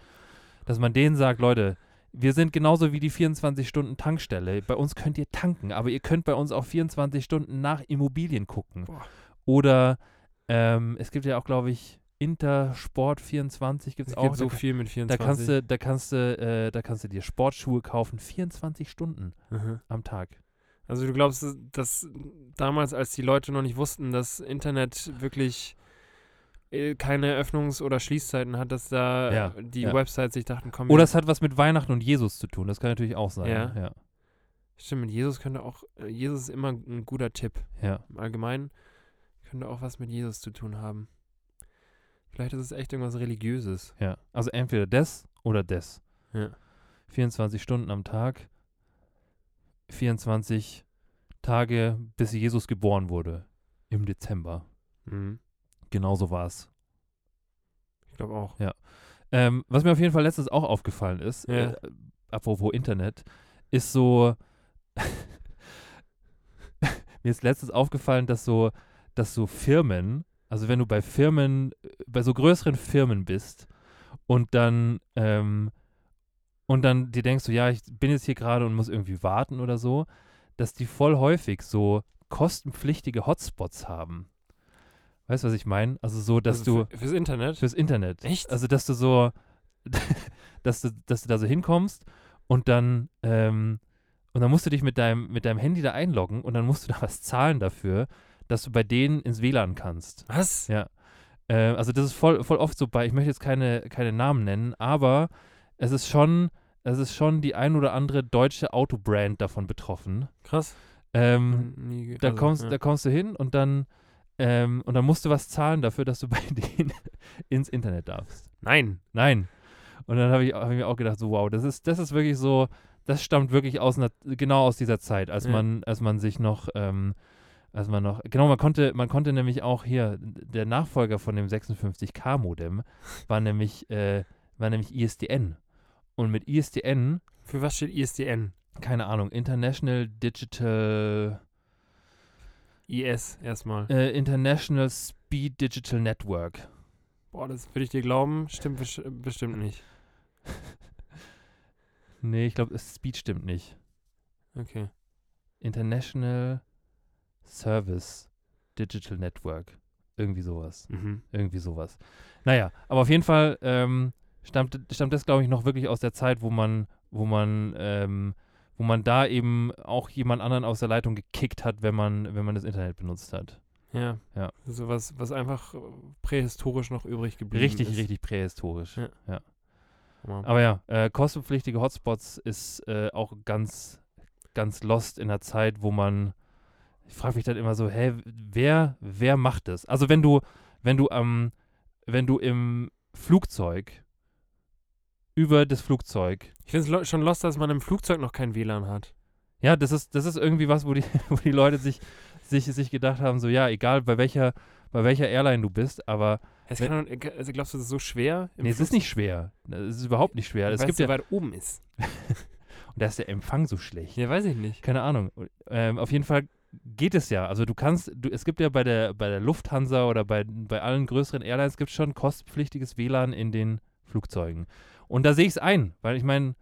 S1: dass man denen sagt, Leute, wir sind genauso wie die 24-Stunden-Tankstelle. Bei uns könnt ihr tanken, aber ihr könnt bei uns auch 24 Stunden nach Immobilien gucken.
S2: Boah.
S1: Oder ähm, es gibt ja auch, glaube ich, Intersport 24 gibt es
S2: Es
S1: auch.
S2: gibt so
S1: da,
S2: viel mit
S1: da
S2: 24.
S1: kannst du, da kannst du, äh, da kannst du dir Sportschuhe kaufen, 24 Stunden
S2: Mhm.
S1: am Tag.
S2: Also du glaubst, dass- dass damals, als die Leute noch nicht wussten, dass Internet wirklich äh, keine Öffnungs- oder Schließzeiten hat, dass da äh,
S1: Ja,
S2: die
S1: ja.
S2: Websites sich dachten, komm,
S1: Oder
S2: wir-
S1: es hat was mit Weihnachten und Jesus zu tun. Das kann natürlich auch sein.
S2: Hm. Ja.
S1: ja,
S2: stimmt, mit Jesus könnte auch, äh, Jesus ist immer ein guter Tipp.
S1: ja.
S2: Im Allgemeinen könnte auch was mit Jesus zu tun haben. Vielleicht ist es echt irgendwas Religiöses.
S1: Ja, also entweder das oder das.
S2: Ja.
S1: 24 Stunden am Tag, 24 Tage, bis Jesus geboren wurde. Im Dezember. Genau
S2: Mhm.
S1: Genauso war es.
S2: Ich glaube auch.
S1: Ähm, was mir auf jeden Fall letztens auch aufgefallen ist,
S2: Ja.
S1: äh, apropos Internet, ist so. mir ist letztens aufgefallen, dass so, dass so Firmen, also wenn du bei Firmen, bei so größeren Firmen bist und dann, ähm, und dann dir denkst du, ja, ich bin jetzt hier gerade und muss irgendwie warten oder so, dass die voll häufig so kostenpflichtige Hotspots haben. Weißt du, was ich meine? Also so, dass du.
S2: also für, fürs Internet.
S1: Fürs Internet.
S2: Echt?
S1: Also, dass du so, dass du, dass du da so hinkommst und dann, ähm, und dann musst du dich mit deinem, mit deinem Handy da einloggen und dann musst du da was zahlen dafür, dass du bei denen ins WLAN kannst.
S2: Was?
S1: Ja. Äh, also, das ist voll, voll oft so bei, ich möchte jetzt keine, keine Namen nennen, aber es ist schon, es ist schon die ein oder andere deutsche Autobrand davon betroffen.
S2: Krass.
S1: Ähm,
S2: Nie ge-
S1: da
S2: also,
S1: kommst,
S2: ja.
S1: da kommst du hin und dann, ähm, und dann musst du was zahlen dafür, dass du bei denen ins Internet darfst.
S2: Nein.
S1: Nein. Und dann habe ich, hab ich mir auch gedacht, so wow, das ist, das ist wirklich so, das stammt wirklich aus einer, genau aus dieser Zeit, als
S2: Ja.
S1: man, als man sich noch, ähm, als man noch, genau, man konnte, man konnte nämlich auch hier, der Nachfolger von dem 56K-Modem war nämlich, äh, war nämlich ISDN. Und mit E ISDN,
S2: Für was steht E ISDN?
S1: keine Ahnung, International Digital
S2: IS erstmal.
S1: äh, International Speed Digital Network.
S2: Boah, das würde ich dir glauben. Stimmt besch- bestimmt nicht.
S1: Nee, ich glaube, Speed stimmt nicht.
S2: Okay.
S1: International Service Digital Network. Irgendwie sowas.
S2: Mhm.
S1: Irgendwie sowas. Naja, aber auf jeden Fall ähm, stammt, stammt das, glaube ich, noch wirklich aus der Zeit, wo man, wo man, ähm, wo man da eben auch jemand anderen aus der Leitung gekickt hat, wenn man, wenn man das Internet benutzt hat.
S2: Ja.
S1: Ja.
S2: So was, was einfach äh, prähistorisch noch übrig geblieben
S1: Richtig,
S2: ist.
S1: richtig prähistorisch.
S2: Mhm, Ja. Wow.
S1: Aber ja, äh, kostenpflichtige Hotspots ist äh, auch ganz, ganz lost in der Zeit, wo man, ich frage mich dann immer so, hä, wer, wer macht das? Also wenn du, wenn du am, wenn du im Flugzeug über das Flugzeug,
S2: Ich finde es schon lost, dass man im Flugzeug noch kein WLAN hat.
S1: ja, das ist, das ist irgendwie was, wo die, wo die Leute sich, sich, sich gedacht haben, so ja, egal bei welcher, bei welcher Airline du bist, aber
S2: Es
S1: Wenn-
S2: kann, doch- also glaubst du, das ist so schwer? im
S1: nee, es ist
S2: Flugzeug?
S1: nicht schwer. Es ist überhaupt nicht schwer. Es
S2: Weißt
S1: gibt
S2: du,
S1: ja,
S2: weit oben ist.
S1: und da ist der Empfang so schlecht.
S2: Ja, weiß ich nicht.
S1: Keine Ahnung. Ähm, auf jeden Fall geht es ja. Also du kannst, du, es gibt ja bei der, bei der Lufthansa oder bei, bei allen größeren Airlines gibt es schon kostenpflichtiges WLAN in den Flugzeugen. Und da sehe ich es ein, weil ich meine,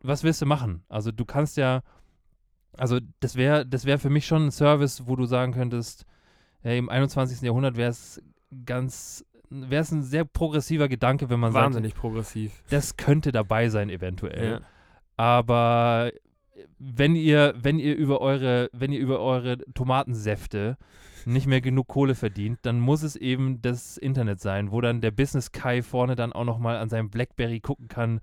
S1: was willst du machen? Also du kannst ja, also das wäre, das wäre für mich schon ein Service, wo du sagen könntest, hey, im 21. Jahrhundert wäre es ganz, wäre es ein sehr progressiver Gedanke, wenn man
S2: Wahnsinnig progressiv.
S1: sagt, das könnte dabei sein eventuell.
S2: Ja.
S1: Aber äh, wenn ihr, wenn ihr über eure, wenn ihr über eure Tomatensäfte nicht mehr genug Kohle verdient, dann muss es eben das Internet sein, wo dann der Business Kai vorne dann auch nochmal an seinem Blackberry gucken kann,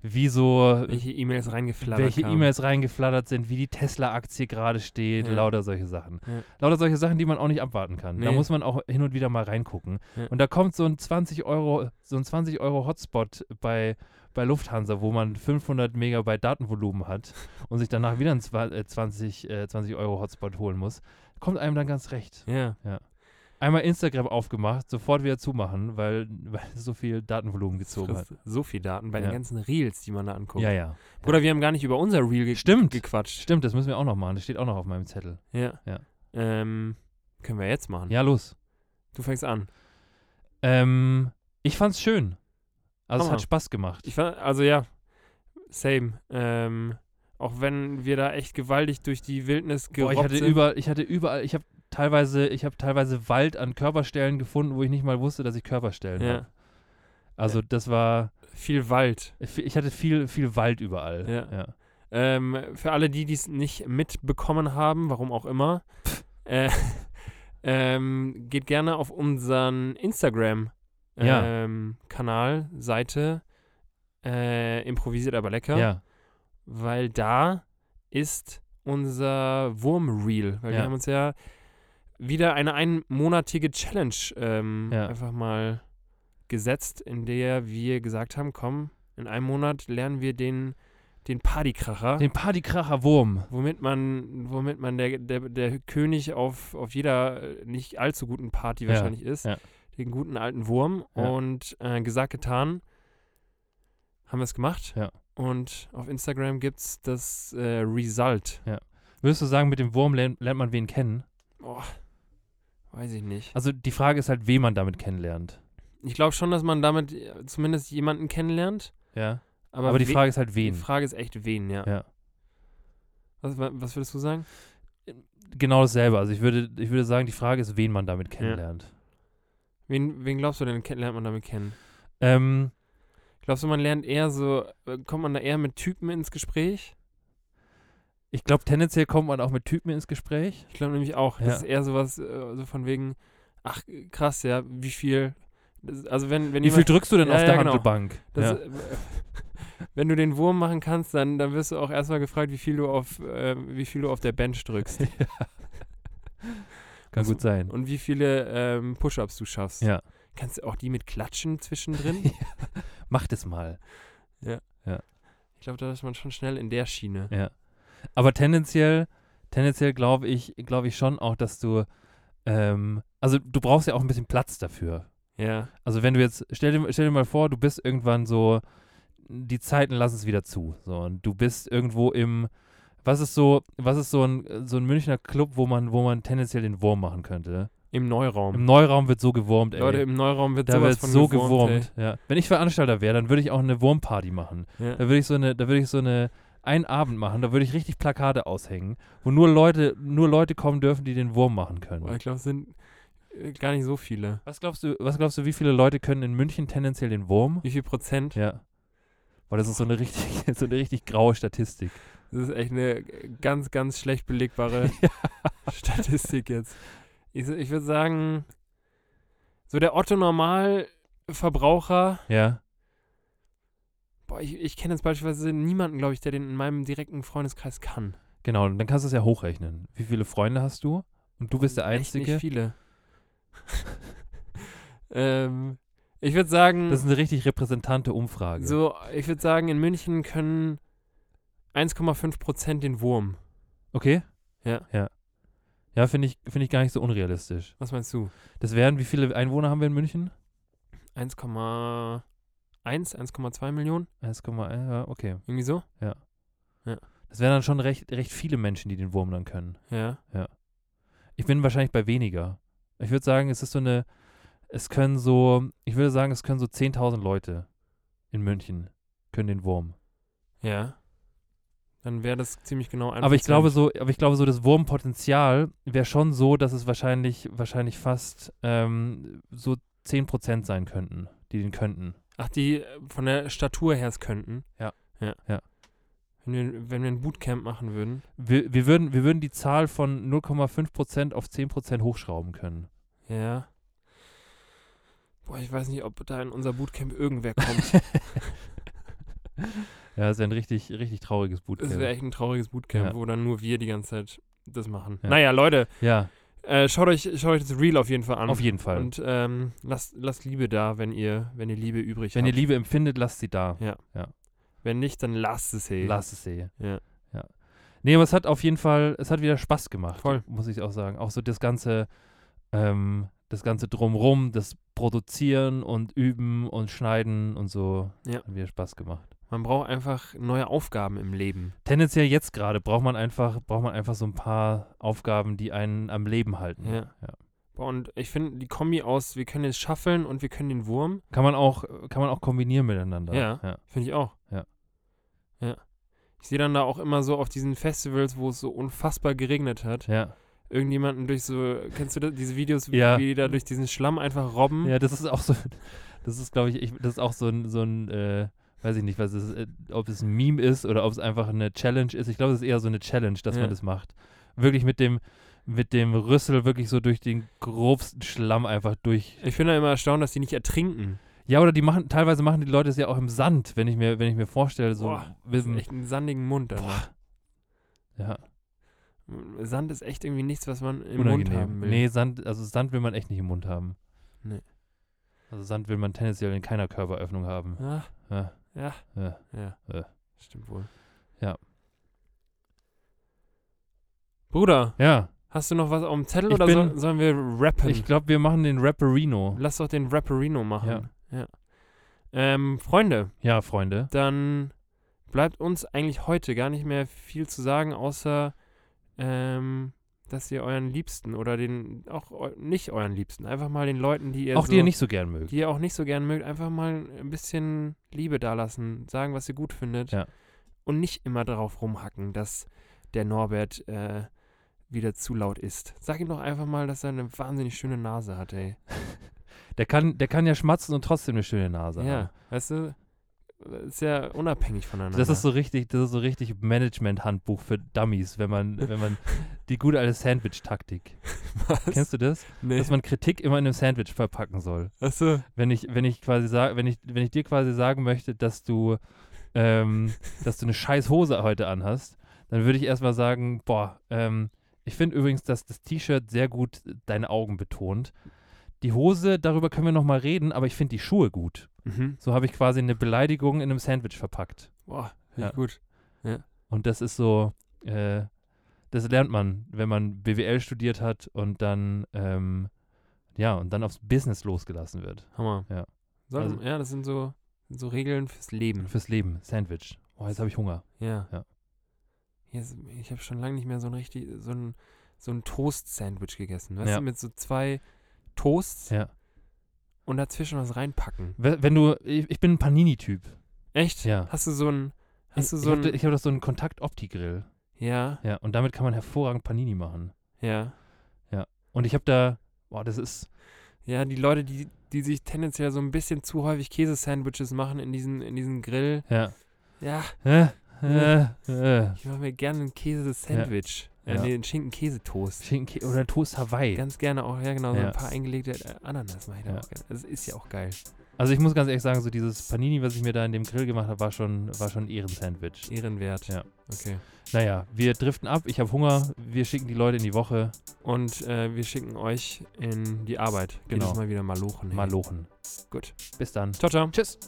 S1: wie so
S2: Welche E-Mails reingeflattert
S1: welche
S2: kamen.
S1: E-Mails reingeflattert sind, wie die Tesla-Aktie gerade steht,
S2: Ja.
S1: lauter solche Sachen.
S2: Ja.
S1: Lauter solche Sachen, die man auch nicht abwarten kann. Da
S2: Nee.
S1: muss man auch hin und wieder mal reingucken.
S2: Ja.
S1: Und da kommt so ein 20 Euro, so ein 20 Euro Hotspot bei, bei Lufthansa, wo man 500 Megabyte Datenvolumen hat und sich danach wieder ein 20, äh, 20 Euro Hotspot holen muss, kommt einem dann ganz recht.
S2: Ja.
S1: Einmal Instagram aufgemacht, sofort wieder zumachen, weil, weil es so viel Datenvolumen gezogen hat.
S2: Frisst So viel Daten bei
S1: Ja.
S2: den ganzen Reels, die man da anguckt.
S1: Ja, ja.
S2: Oder wir haben gar nicht über unser Reel ge
S1: Stimmt.
S2: gequatscht.
S1: Stimmt, das müssen wir auch noch machen. Das steht auch noch auf meinem Zettel.
S2: Ja.
S1: Ja.
S2: Ähm, können wir jetzt machen.
S1: Ja, los.
S2: Du fängst an.
S1: Ähm, ich fand's schön. Also es
S2: Hammer.
S1: hat Spaß gemacht.
S2: Ich fand, also ja, same. Ähm, auch wenn wir da echt gewaltig durch die Wildnis
S1: Boah,
S2: gerobbt
S1: ich hatte
S2: sind.
S1: über, ich hatte überall, ich habe teilweise, ich habe teilweise Wald an Körperstellen gefunden, wo ich nicht mal wusste, dass ich Körperstellen
S2: Ja.
S1: habe. Also das war,
S2: viel Wald.
S1: ich hatte viel, viel Wald überall.
S2: Ja. Ähm, für alle die, die es nicht mitbekommen haben, warum auch immer, äh, ähm, geht gerne auf unseren
S1: Ja.
S2: Instagram-Kanal, Seite, äh, improvisiert aber lecker,
S1: ja. ja.
S2: weil da ist unser Wurm-Reel, weil
S1: Ja.
S2: wir haben uns ja wieder eine einmonatige Challenge ähm,
S1: Ja.
S2: einfach mal gesetzt, in der wir gesagt haben, komm, in einem Monat lernen wir den, den Partykracher.
S1: Den Partykracher Wurm.
S2: Womit man, womit man der, der, der König auf, auf jeder äh, nicht allzu guten Party
S1: Ja,
S2: wahrscheinlich ist.
S1: ja.
S2: Den guten alten Wurm.
S1: Ja.
S2: Und äh, gesagt, getan, haben wir es gemacht.
S1: Ja.
S2: Und auf Instagram gibt es das äh, Result.
S1: Würdest du sagen, mit dem Wurm lernt, lernt man wen kennen?
S2: Boah, weiß ich nicht.
S1: Also die Frage ist halt, wen man damit kennenlernt.
S2: Ich glaube schon, dass man damit äh, zumindest jemanden kennenlernt.
S1: Ja.
S2: Aber,
S1: Aber, die
S2: we-
S1: Frage ist halt,
S2: die
S1: wen.
S2: Frage ist echt, wen, ja.
S1: Ja.
S2: Was, wa- was würdest du sagen?
S1: Genau dasselbe. Also ich würde, ich würde sagen, die Frage ist, wen man damit kennenlernt.
S2: Wen, wen glaubst du denn, ken- lernt man damit kennen?
S1: Ähm,
S2: Glaubst du, man lernt eher so, äh, kommt man da eher mit Typen ins Gespräch?
S1: ich glaube, tendenziell kommt man auch mit Typen ins Gespräch.
S2: Ich glaube nämlich auch. Das
S1: Ja.
S2: ist eher sowas, äh, so von wegen, ach krass, ja, wie viel. Das, also wenn, wenn
S1: Wie viel
S2: jemand,
S1: drückst du denn
S2: Ja,
S1: auf
S2: ja,
S1: der
S2: genau.
S1: Handelbank?
S2: das,
S1: ja.
S2: äh, wenn du den Wurm machen kannst, dann, dann wirst du auch erstmal gefragt, wie viel du auf, äh, wie viel du auf der Bench drückst
S1: Kann gut sein.
S2: und wie viele ähm, Push-Ups du schaffst.
S1: Ja.
S2: Kannst du auch die mit Klatschen zwischendrin?
S1: Macht es mal.
S2: ich glaube, da ist man schon schnell in der Schiene.
S1: Ja. Aber tendenziell, tendenziell glaube ich, glaube ich schon auch, dass du, ähm, also du brauchst ja auch ein bisschen Platz dafür.
S2: Ja.
S1: Also wenn du jetzt, stell dir, stell dir mal vor, du bist irgendwann so, die Zeiten lassen es wieder zu. So, und du bist irgendwo im, was ist so, was ist so ein, so ein Münchner Club, wo man, wo man tendenziell den Wurm machen könnte?
S2: Im Neuraum.
S1: Im Neuraum wird so gewurmt, ey.
S2: Leute, im Neuraum wird
S1: da
S2: sowas
S1: wird
S2: von
S1: so
S2: ey.
S1: gewurmt. Ja. Wenn ich Veranstalter wäre, dann würde ich auch eine Wurmparty machen.
S2: Ja.
S1: Da würde ich so eine, da würde ich so eine, einen Abend machen, da würde ich richtig Plakate aushängen, wo nur Leute, nur Leute kommen dürfen, die den Wurm machen können.
S2: Boah, ich glaube, es sind äh, gar nicht so viele.
S1: Was glaubst du, was glaubst du, wie viele Leute können in München tendenziell den Wurm?
S2: Wie viel Prozent?
S1: Ja. Weil das ist so eine richtig, so eine richtig graue Statistik.
S2: Das ist echt eine ganz, ganz schlecht belegbare Statistik jetzt. Ich, s- ich würde sagen, so der Otto-Normal-Verbraucher,
S1: Ja.
S2: boah, ich, ich kenne jetzt beispielsweise niemanden, glaube ich, der den in meinem direkten Freundeskreis kann.
S1: Genau, und dann kannst du es ja hochrechnen. Wie viele Freunde hast du? Und du bist der
S2: Echt
S1: Einzige.
S2: nicht viele. ähm, ich würde sagen,
S1: Das ist eine richtig repräsentante Umfrage.
S2: so, ich würde sagen, in München können 1,5 Prozent den Wurm.
S1: Okay?
S2: Ja.
S1: Ja. Ja, finde ich, finde ich gar nicht so unrealistisch.
S2: Was meinst du?
S1: Das wären, wie viele Einwohner haben wir in München?
S2: 1,1, 1,2 Millionen?
S1: 1,1, ja, okay.
S2: Irgendwie so?
S1: Das wären dann schon recht, recht viele Menschen, die den Wurm dann können.
S2: Ja.
S1: Ich bin wahrscheinlich bei weniger. Ich würde sagen, es ist so eine, es können so, ich würde sagen, es können so 10.000 Leute in München können den Wurm.
S2: Ja. Dann wäre das ziemlich genau 1%.
S1: Aber ich glaube so, aber ich glaube so, das Wurmpotenzial wäre schon so, dass es wahrscheinlich, wahrscheinlich fast ähm, so 10% sein könnten, die den könnten.
S2: Ach, die äh, von der Statur her es könnten.
S1: Ja.
S2: Ja.
S1: Ja.
S2: Wenn wir, wenn wir ein Bootcamp machen würden.
S1: Wir, wir, würden, wir würden die Zahl von 0,5% auf 10% hochschrauben können.
S2: Ja. Boah, ich weiß nicht, ob da in unser Bootcamp irgendwer kommt.
S1: Ja, das wäre ein richtig, richtig trauriges
S2: Das wäre
S1: Bootcamp.
S2: echt ein trauriges Bootcamp,
S1: Ja.
S2: wo dann nur wir die ganze Zeit das machen.
S1: Ja.
S2: Naja, Leute,
S1: Ja,
S2: äh, schaut, euch, schaut euch das Reel auf jeden Fall an.
S1: auf jeden Fall.
S2: Und ähm, lasst, lasst Liebe da, wenn ihr, wenn ihr Liebe übrig
S1: Wenn ihr
S2: habt.
S1: Liebe empfindet, lasst sie da.
S2: wenn nicht, dann lasst es, hey.
S1: Lass es eh.
S2: Ja.
S1: ja. Nee, aber es hat auf jeden Fall, es hat wieder Spaß gemacht.
S2: Voll.
S1: Muss ich auch sagen. Auch so das ganze, ähm, das ganze Drumrum, das Produzieren und Üben und Schneiden und so.
S2: Ja.
S1: Hat wieder Spaß gemacht.
S2: Man braucht einfach neue Aufgaben im Leben.
S1: Tendenziell jetzt gerade braucht man einfach, braucht man einfach so ein paar Aufgaben, die einen am Leben halten.
S2: Ja. Boah, und ich finde die Kombi aus, wir können den Schaffeln und wir können den Wurm,
S1: Kann man auch, kann man auch kombinieren miteinander.
S2: Ja.
S1: ja.
S2: finde ich auch.
S1: Ja.
S2: Ja. Ich sehe dann da auch immer so auf diesen Festivals, wo es so unfassbar geregnet hat,
S1: ja.
S2: irgendjemanden durch so, kennst du das, diese Videos,
S1: Ja.
S2: wie die da durch diesen Schlamm einfach robben?
S1: Ja, das ist auch so, das ist, glaube ich, ich, das ist auch so ein, so ein äh, weiß ich nicht, was es, äh, ob es ein Meme ist oder ob es einfach eine Challenge ist. Ich glaube, es ist eher so eine Challenge, dass
S2: Ja.
S1: man das macht. Wirklich mit dem, mit dem Rüssel wirklich so durch den grobsten Schlamm einfach durch.
S2: Ich bin da immer erstaunt, dass die nicht ertrinken.
S1: Ja, oder die machen, teilweise machen die Leute es ja auch im Sand, wenn ich mir, wenn ich mir vorstelle, so
S2: Boah, Das
S1: mit
S2: ist
S1: dem-
S2: echt einen sandigen Mund danach.
S1: ja,
S2: Sand ist echt irgendwie nichts, was man im
S1: unangenehm.
S2: Mund haben will.
S1: Nee, Sand, also Sand will man echt nicht im Mund haben.
S2: Nee.
S1: Also Sand will man tendenziell in keiner Körperöffnung haben.
S2: Ja,
S1: Ja.
S2: ja,
S1: Ja.
S2: ja.
S1: Äh.
S2: Stimmt wohl.
S1: Ja.
S2: Bruder,
S1: ja.
S2: hast du noch was auf dem Zettel
S1: Ich
S2: oder
S1: bin-
S2: so, sollen wir rappen?
S1: Ich glaube, wir machen den Rapperino.
S2: Lass doch den Rapperino machen. Ja. Ähm, Freunde,
S1: Ja, Freunde.
S2: dann bleibt uns eigentlich heute gar nicht mehr viel zu sagen, außer ähm, dass ihr euren Liebsten oder den, auch eu nicht euren Liebsten, einfach mal den Leuten, die ihr
S1: Auch
S2: so,
S1: die ihr nicht so gern mögt.
S2: die ihr auch nicht so gern mögt, einfach mal ein bisschen Liebe dalassen, sagen, was ihr gut findet.
S1: Ja.
S2: Und nicht immer darauf rumhacken, dass der Norbert äh, wieder zu laut ist. Sag ihm doch einfach mal, dass er eine wahnsinnig schöne Nase hat, ey.
S1: Der kann, der kann ja schmatzen und trotzdem eine schöne Nase haben.
S2: Ja, weißt du, das ist ja unabhängig voneinander.
S1: Das ist so richtig, das ist so richtig Management-Handbuch für Dummies, wenn man, wenn man die gute alte Sandwich-Taktik. Kennst du das?
S2: nee.
S1: Dass man Kritik immer in einem Sandwich verpacken soll.
S2: Achso,
S1: Wenn ich, wenn ich quasi sag, wenn ich, wenn ich dir quasi sagen möchte, dass du, ähm, dass du eine scheiß Hose heute anhast, dann würde ich erstmal sagen, boah, ähm, ich finde übrigens, dass das T-Shirt sehr gut deine Augen betont. Die Hose, darüber können wir nochmal reden, aber ich finde die Schuhe gut.
S2: mhm.
S1: So habe ich quasi eine Beleidigung in einem Sandwich verpackt.
S2: boah,
S1: Ja.
S2: ja. gut.
S1: Und das ist so, äh, das lernt man, wenn man BWL studiert hat und dann, ähm, ja, und dann aufs Business losgelassen wird.
S2: Hammer.
S1: Ja.
S2: Soll,
S1: Also-
S2: ja, das sind so, sind so Regeln fürs
S1: Und
S2: Leben.
S1: fürs Leben, Sandwich. Oh, jetzt habe ich Hunger.
S2: Ja.
S1: Ja.
S2: Jetzt, ich habe schon lange nicht mehr so ein richtig, so ein, so ein Toast-Sandwich gegessen. Weißt
S1: Ja.
S2: du, mit so zwei Toasts
S1: Ja.
S2: und dazwischen was reinpacken.
S1: We- Wenn du, ich, ich bin ein Panini-Typ.
S2: Echt?
S1: Ja.
S2: Hast du so ein, hast du
S1: ich
S2: so
S1: ich habe
S2: ein,
S1: ich hab doch so einen Kontakt-Opti-Grill.
S2: ja,
S1: Ja, und damit kann man hervorragend Panini machen.
S2: ja.
S1: Und ich habe da, boah, das ist,
S2: Ja, die Leute, die, die sich tendenziell so ein bisschen zu häufig Käsesandwiches machen in diesen, in diesen Grill.
S1: ja.
S2: Ja,
S1: Äh, äh, äh.
S2: ich mache mir gerne ein Käsesandwich.
S1: Ja.
S2: Äh,
S1: Ja.
S2: Nee, einen Schinken-Käsetoast.
S1: Schinken- oder Toast Hawaii.
S2: Ganz gerne auch, ja genau, so
S1: Ja.
S2: ein paar eingelegte äh, Ananas mache ich da
S1: Ja.
S2: auch gerne. Das ist ja auch geil.
S1: Also ich muss ganz ehrlich sagen, so dieses Panini, was ich mir da in dem Grill gemacht habe, war schon, war schon ein Ehrensandwich.
S2: Ehrenwert.
S1: Ja.
S2: Okay.
S1: Naja, wir driften ab, ich habe Hunger, wir schicken die Leute in die Woche.
S2: Und äh, wir schicken euch in die Arbeit.
S1: Genau.
S2: Jedes Mal wieder Malochen. hey.
S1: Malochen.
S2: Gut.
S1: Bis dann.
S2: Ciao, ciao.
S1: Tschüss.